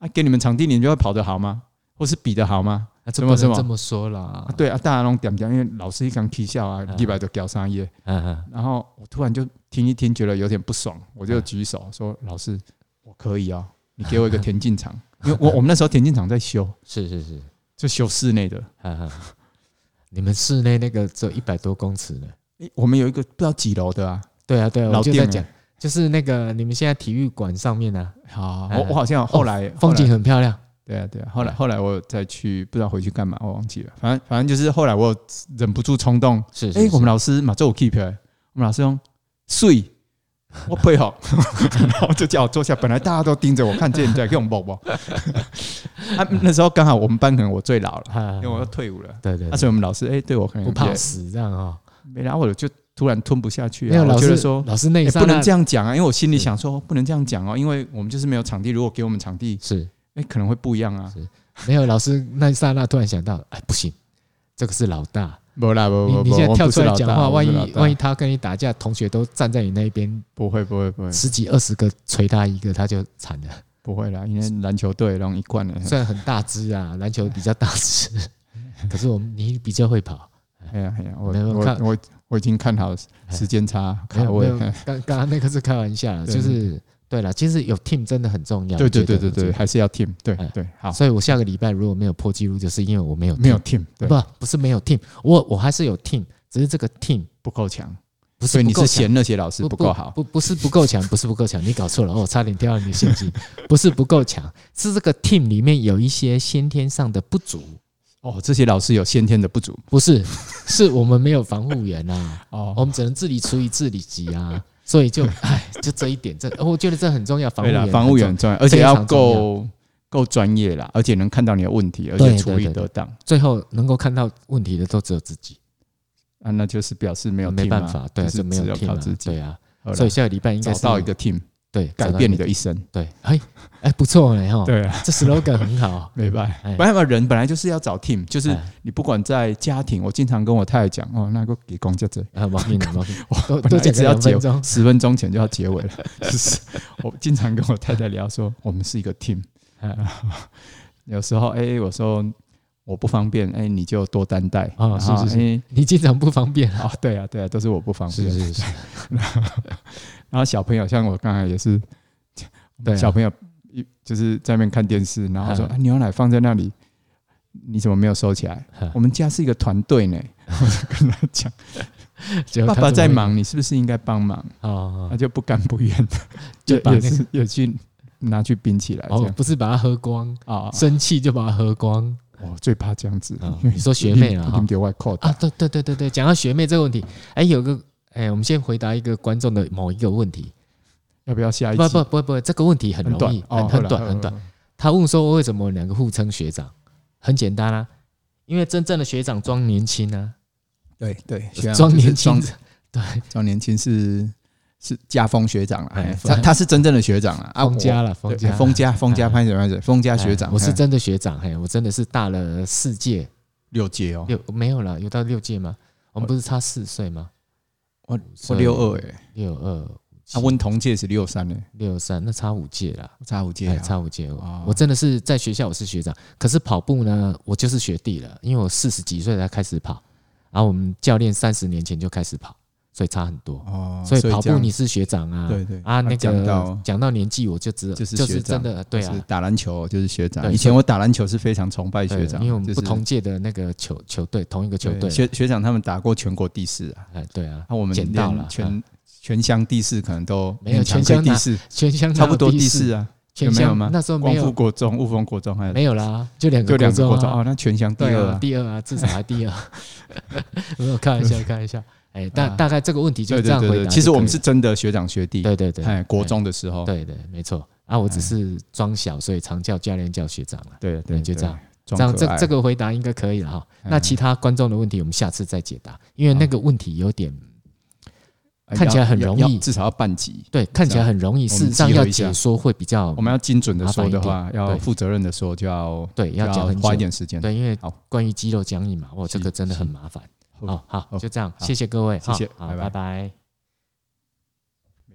Speaker 2: 啊给你们场地，你们就会跑得好吗？或是比得好吗？
Speaker 1: 那
Speaker 2: 什
Speaker 1: 这
Speaker 2: 么
Speaker 1: 啊不
Speaker 2: 什么
Speaker 1: 能这么说啦
Speaker 2: 啊，。对啊，大家弄点点，因为老师一讲起笑啊，
Speaker 1: 嗯
Speaker 2: 一百就搞三页。
Speaker 1: 嗯嗯，
Speaker 2: 然后我突然就听一听，觉得有点不爽，我就
Speaker 1: 嗯
Speaker 2: 举手说：“老师，我可以哦，你给我一个田径场， (laughs) 因为我我们那时候田径场在
Speaker 1: (laughs)
Speaker 2: 修，
Speaker 1: 是是是，
Speaker 2: 就修室内的。
Speaker 1: 哈哈。你们室内那个只有一百多公尺呢？
Speaker 2: 诶我们有一个不知道几楼的啊，
Speaker 1: 对啊对啊，
Speaker 2: 老
Speaker 1: 我就
Speaker 2: 店
Speaker 1: 在
Speaker 2: 了
Speaker 1: 讲，就是那个你们现在体育馆上面啊，
Speaker 2: 好，
Speaker 1: 嗯
Speaker 2: 我我好像后来
Speaker 1: 风景
Speaker 2: 后来
Speaker 1: 很漂亮。
Speaker 2: 对啊对啊，后来
Speaker 1: 嗯
Speaker 2: 后来我再去不知道回去干嘛，我忘记了，反正反正就是后来我有忍不住冲动，
Speaker 1: 是，
Speaker 2: 哎，
Speaker 1: 是
Speaker 2: 我们
Speaker 1: 是
Speaker 2: 老师嘛做我 keep，欸我们老师用睡。我配合，然后 (laughs) 就叫我坐下。本来大家都盯着我看，见你在给我们抱 (laughs) 抱。啊，那时候刚好我们班可能我最老了，
Speaker 1: 哈哈
Speaker 2: 因为我要退伍了。
Speaker 1: 啊嗯对对
Speaker 2: 那，所以我们老师哎，对我可能
Speaker 1: 不怕
Speaker 2: 也
Speaker 1: 死这样哦。
Speaker 2: 没然后我就突然吞不下去
Speaker 1: 没
Speaker 2: 啊。
Speaker 1: 有
Speaker 2: 我
Speaker 1: 老
Speaker 2: 觉得
Speaker 1: 师
Speaker 2: 说
Speaker 1: 老师那一
Speaker 2: 也
Speaker 1: 刹
Speaker 2: 不能
Speaker 1: 那
Speaker 2: 这样讲啊，因为我心里
Speaker 1: 是
Speaker 2: 想说不能这样讲哦，因为我们就是没有场地，如果给我们场地，
Speaker 1: 是
Speaker 2: 哎、可能会不一样啊
Speaker 1: 是。没有老师那一刹那突然想到，哎，不行，这个是老大，
Speaker 2: 不啦，不
Speaker 1: 你
Speaker 2: 不
Speaker 1: 你
Speaker 2: 不，
Speaker 1: 现在
Speaker 2: 我
Speaker 1: 跳
Speaker 2: 不
Speaker 1: 出
Speaker 2: 是
Speaker 1: 来
Speaker 2: 老
Speaker 1: 讲
Speaker 2: 大
Speaker 1: 话，万一万一
Speaker 2: 一
Speaker 1: 他跟你打架，同学都站在你那边，
Speaker 2: 不会不会不会
Speaker 1: 十几二十个捶他一个，他就惨了。
Speaker 2: 不会啦，因为篮球队然后一贯的，
Speaker 1: 虽然很大只啊，篮球比较大只， (laughs) 可是我们你比较会跑。
Speaker 2: 哎呀哎呀，我
Speaker 1: 没有
Speaker 2: 我
Speaker 1: 看
Speaker 2: 我我已经看好时间差
Speaker 1: 没
Speaker 2: 卡
Speaker 1: 有没
Speaker 2: 位
Speaker 1: 有，，刚刚刚那个是开玩笑的，
Speaker 2: (laughs) 对
Speaker 1: 就是对了，其实有 team 真的很重要。
Speaker 2: 对
Speaker 1: 我觉
Speaker 2: 对
Speaker 1: 得
Speaker 2: 对对对，。还是要 team，对
Speaker 1: 哎
Speaker 2: 对
Speaker 1: 我觉
Speaker 2: 好
Speaker 1: 得，所以我下个礼拜如果没有破纪录，就是因为我没有
Speaker 2: 没有
Speaker 1: team
Speaker 2: team 对
Speaker 1: 不不是没有 team，我我还是有 team，只是这个 team
Speaker 2: 不够强，
Speaker 1: 不
Speaker 2: 所
Speaker 1: 是
Speaker 2: 以
Speaker 1: 不
Speaker 2: 你
Speaker 1: 够
Speaker 2: 是
Speaker 1: 强。
Speaker 2: 嫌那些老师不够好，
Speaker 1: 不不是不够强，不是不够强，你搞错了，哦，差点掉到你的陷阱。 (laughs) 不是不够强，是这个 team 里面有一些先天上的不足，
Speaker 2: 哦，这些老师有先天的不足
Speaker 1: 不是， (laughs) 是我们没有防护员啊，
Speaker 2: (laughs) 哦
Speaker 1: 我们只能自己处理自己己啊，所以就哎，就这一点，这我觉得这很重要，防护
Speaker 2: 对啦，
Speaker 1: 员，
Speaker 2: 防务员很重要，而且
Speaker 1: 非常
Speaker 2: 要够够专业啦，而且能看到你的问题，而且
Speaker 1: 对
Speaker 2: 处理
Speaker 1: 对对
Speaker 2: 得当
Speaker 1: 最后能够看到问题的都只有自己，
Speaker 2: 啊，那就是表示没有 team
Speaker 1: 没
Speaker 2: 啊
Speaker 1: 办法，对啊，
Speaker 2: 就是
Speaker 1: 没
Speaker 2: 只
Speaker 1: 有
Speaker 2: 有
Speaker 1: team
Speaker 2: 靠
Speaker 1: 啊
Speaker 2: 自己，
Speaker 1: 对啊，
Speaker 2: 好啦
Speaker 1: 所以下个礼拜应该
Speaker 2: 找
Speaker 1: 是
Speaker 2: 到一个 team
Speaker 1: 对
Speaker 2: 改变你
Speaker 1: 的
Speaker 2: 的一生，
Speaker 1: 对，哎哎不错嘞哈，
Speaker 2: 对啊，
Speaker 1: 这 slogan 很好，
Speaker 2: 没办法
Speaker 1: 哎，
Speaker 2: 不然人本来就是要找 team，就是
Speaker 1: 哎
Speaker 2: 你不管在家庭，我经常跟我太太讲哦，那个给公家这
Speaker 1: 啊，毛病
Speaker 2: (laughs)
Speaker 1: 了毛病，都
Speaker 2: 本
Speaker 1: 都
Speaker 2: 来
Speaker 1: 讲
Speaker 2: 只
Speaker 1: 个
Speaker 2: 要
Speaker 1: 两
Speaker 2: 结
Speaker 1: 分钟，
Speaker 2: 十分钟前就要结
Speaker 1: (laughs)
Speaker 2: 尾了，就是我经常跟我太太聊说，我们是一个 team，
Speaker 1: 啊
Speaker 2: (laughs) 有时候哎、我说我不方便，哎、你就多担待
Speaker 1: 哦是
Speaker 2: 然后
Speaker 1: 是是
Speaker 2: 哎
Speaker 1: 你经常不方便啊，
Speaker 2: 哦，对啊，对啊，都是我不方便。
Speaker 1: 是是是，
Speaker 2: 然后小朋友，像我刚才也是，
Speaker 1: 对啊
Speaker 2: 小朋友一就是在那边看电视，然后说、
Speaker 1: 嗯
Speaker 2: 啊、牛奶放在那里，你怎么没有收起来？
Speaker 1: 嗯
Speaker 2: 我们家是一个团队呢，我就跟他讲，
Speaker 1: (laughs) 结果
Speaker 2: 爸
Speaker 1: 他怎
Speaker 2: 爸
Speaker 1: 么
Speaker 2: 在
Speaker 1: 会
Speaker 2: 忙，你是不是应该帮忙？
Speaker 1: 哦哦
Speaker 2: 他就不甘不愿的，
Speaker 1: (laughs) 就
Speaker 2: 也
Speaker 1: 把
Speaker 2: 也
Speaker 1: 那个
Speaker 2: 是也去拿去冰起来这
Speaker 1: 哦，
Speaker 2: 样
Speaker 1: 不是把它喝光，
Speaker 2: 啊。
Speaker 1: 生气就把它喝光
Speaker 2: 我最怕这样子
Speaker 1: 啊，
Speaker 2: 因为
Speaker 1: 你说学妹了
Speaker 2: 一
Speaker 1: 哈
Speaker 2: 定给外扣
Speaker 1: 啊！
Speaker 2: 的。
Speaker 1: 对对对对对，讲到学妹这个问题，哎，有个哎，我们先回答一个观众的某一个问题，
Speaker 2: 要不要下一
Speaker 1: 不
Speaker 2: 集？
Speaker 1: 不不不，这个问题很
Speaker 2: 很
Speaker 1: 容
Speaker 2: 短
Speaker 1: 易，
Speaker 2: 哦，
Speaker 1: 很很短很短。
Speaker 2: 短。
Speaker 1: 他问说为什么两个互称学长？很简单啊，因为真正的学长装年轻啊，
Speaker 2: 对对，学长
Speaker 1: 装
Speaker 2: 就是
Speaker 1: 年轻
Speaker 2: 装，
Speaker 1: 对，
Speaker 2: 装年轻是是家风学长
Speaker 1: 哎
Speaker 2: 了，他他是真正的学长了啊，
Speaker 1: 封家了，
Speaker 2: 我
Speaker 1: 封
Speaker 2: 对
Speaker 1: 家，
Speaker 2: 封家封家
Speaker 1: 哎
Speaker 2: 拍手拍手，封家
Speaker 1: 哎
Speaker 2: 学长，
Speaker 1: 我是
Speaker 2: 哎
Speaker 1: 真的学长，嘿，我真的是大了四届，
Speaker 2: 六届哦，
Speaker 1: 六没有了，有到六届吗？我们不是差四岁吗？
Speaker 2: 我我
Speaker 1: 所以
Speaker 2: 六二哎，
Speaker 1: 六二
Speaker 2: 啊，温同届是六三哎，
Speaker 1: 六三，那差五届啦。
Speaker 2: 差五届
Speaker 1: 哎，
Speaker 2: 啊，
Speaker 1: 差五届，
Speaker 2: 哦
Speaker 1: 我真的是在学校我是学长，可是跑步呢，我就是学弟了，因为我四十几岁才开始跑，然后我们教练三十年前就开始跑，所以差很多。
Speaker 2: 哦，
Speaker 1: 所以
Speaker 2: 这
Speaker 1: 跑步
Speaker 2: 样
Speaker 1: 你是学长啊，
Speaker 2: 对对
Speaker 1: 啊，那
Speaker 2: 讲
Speaker 1: 个
Speaker 2: 到
Speaker 1: 讲到年纪我就只
Speaker 2: 就是
Speaker 1: 就
Speaker 2: 学
Speaker 1: 是
Speaker 2: 长
Speaker 1: 真的对
Speaker 2: 就是
Speaker 1: 啊，
Speaker 2: 打篮球就是学长，
Speaker 1: 对
Speaker 2: 以前我打篮球是非常崇拜
Speaker 1: 对
Speaker 2: 学长，
Speaker 1: 因为我们
Speaker 2: 就是
Speaker 1: 不同届的那个球球队同一个球
Speaker 2: 对
Speaker 1: 队啦，
Speaker 2: 学学长他们打过全国第四啊，
Speaker 1: 哎对啊，
Speaker 2: 那我们
Speaker 1: 捡到
Speaker 2: 连
Speaker 1: 了
Speaker 2: 全全乡第四可能都
Speaker 1: 没有
Speaker 2: 勉强
Speaker 1: 全乡
Speaker 2: 可以第
Speaker 1: 拿
Speaker 2: 四，
Speaker 1: 全乡
Speaker 2: 差不多
Speaker 1: 第
Speaker 2: 第四，啊，有
Speaker 1: 全
Speaker 2: 没有
Speaker 1: 乡
Speaker 2: 吗？
Speaker 1: 那时候
Speaker 2: 光
Speaker 1: 没
Speaker 2: 复
Speaker 1: 有
Speaker 2: 国中、雾峰国中还有
Speaker 1: 没有啦，就两
Speaker 2: 就
Speaker 1: 个
Speaker 2: 两个
Speaker 1: 国
Speaker 2: 国中
Speaker 1: 中
Speaker 2: 哦
Speaker 1: 啊，，
Speaker 2: 那全乡第
Speaker 1: 对
Speaker 2: 二
Speaker 1: 啊
Speaker 2: 啊，
Speaker 1: 第二啊，至少还第二。 (laughs) 没有开玩笑，开玩笑。哎，大
Speaker 2: 啊
Speaker 1: 大概这个问题就
Speaker 2: 对
Speaker 1: 这
Speaker 2: 对
Speaker 1: 样
Speaker 2: 对
Speaker 1: 回
Speaker 2: 对，
Speaker 1: 答。
Speaker 2: 其实我们是真的学长学弟，
Speaker 1: 对对对，
Speaker 2: 哎，国
Speaker 1: 哎
Speaker 2: 中的时候，
Speaker 1: 对对，没错。啊，我只
Speaker 2: 哎
Speaker 1: 是装小，所以常叫教练叫学长了。
Speaker 2: 对对，
Speaker 1: 哎就这
Speaker 2: 对
Speaker 1: 样，
Speaker 2: 装
Speaker 1: 这样
Speaker 2: 可
Speaker 1: 这
Speaker 2: 爱
Speaker 1: 这个回答应该可以了哈。
Speaker 2: 嗯
Speaker 1: 那其他观众的问题我们下次再解答，因为那个问题有点
Speaker 2: 哎
Speaker 1: 看起来
Speaker 2: 要
Speaker 1: 很
Speaker 2: 要
Speaker 1: 容
Speaker 2: 要
Speaker 1: 易
Speaker 2: 至少要半级。
Speaker 1: 对，看起来很容易，
Speaker 2: 这
Speaker 1: 事
Speaker 2: 样
Speaker 1: 实上
Speaker 2: 我们集
Speaker 1: 要
Speaker 2: 合一下
Speaker 1: 解说会比较
Speaker 2: 我们要精准的
Speaker 1: 麻
Speaker 2: 说
Speaker 1: 烦一
Speaker 2: 的
Speaker 1: 点
Speaker 2: 话，要
Speaker 1: 对
Speaker 2: 负责任的说，就要
Speaker 1: 对要讲很久
Speaker 2: 花一点时间。
Speaker 1: 对，因为
Speaker 2: 好
Speaker 1: 关于肌肉僵硬嘛，哇，这
Speaker 2: 是
Speaker 1: 个真的很
Speaker 2: 是
Speaker 1: 麻烦。
Speaker 2: 好
Speaker 1: 好好，
Speaker 2: 好
Speaker 1: 就这样，
Speaker 2: 好
Speaker 1: 谢谢各位，
Speaker 2: 谢谢
Speaker 1: 好，好
Speaker 2: 拜拜
Speaker 1: 拜拜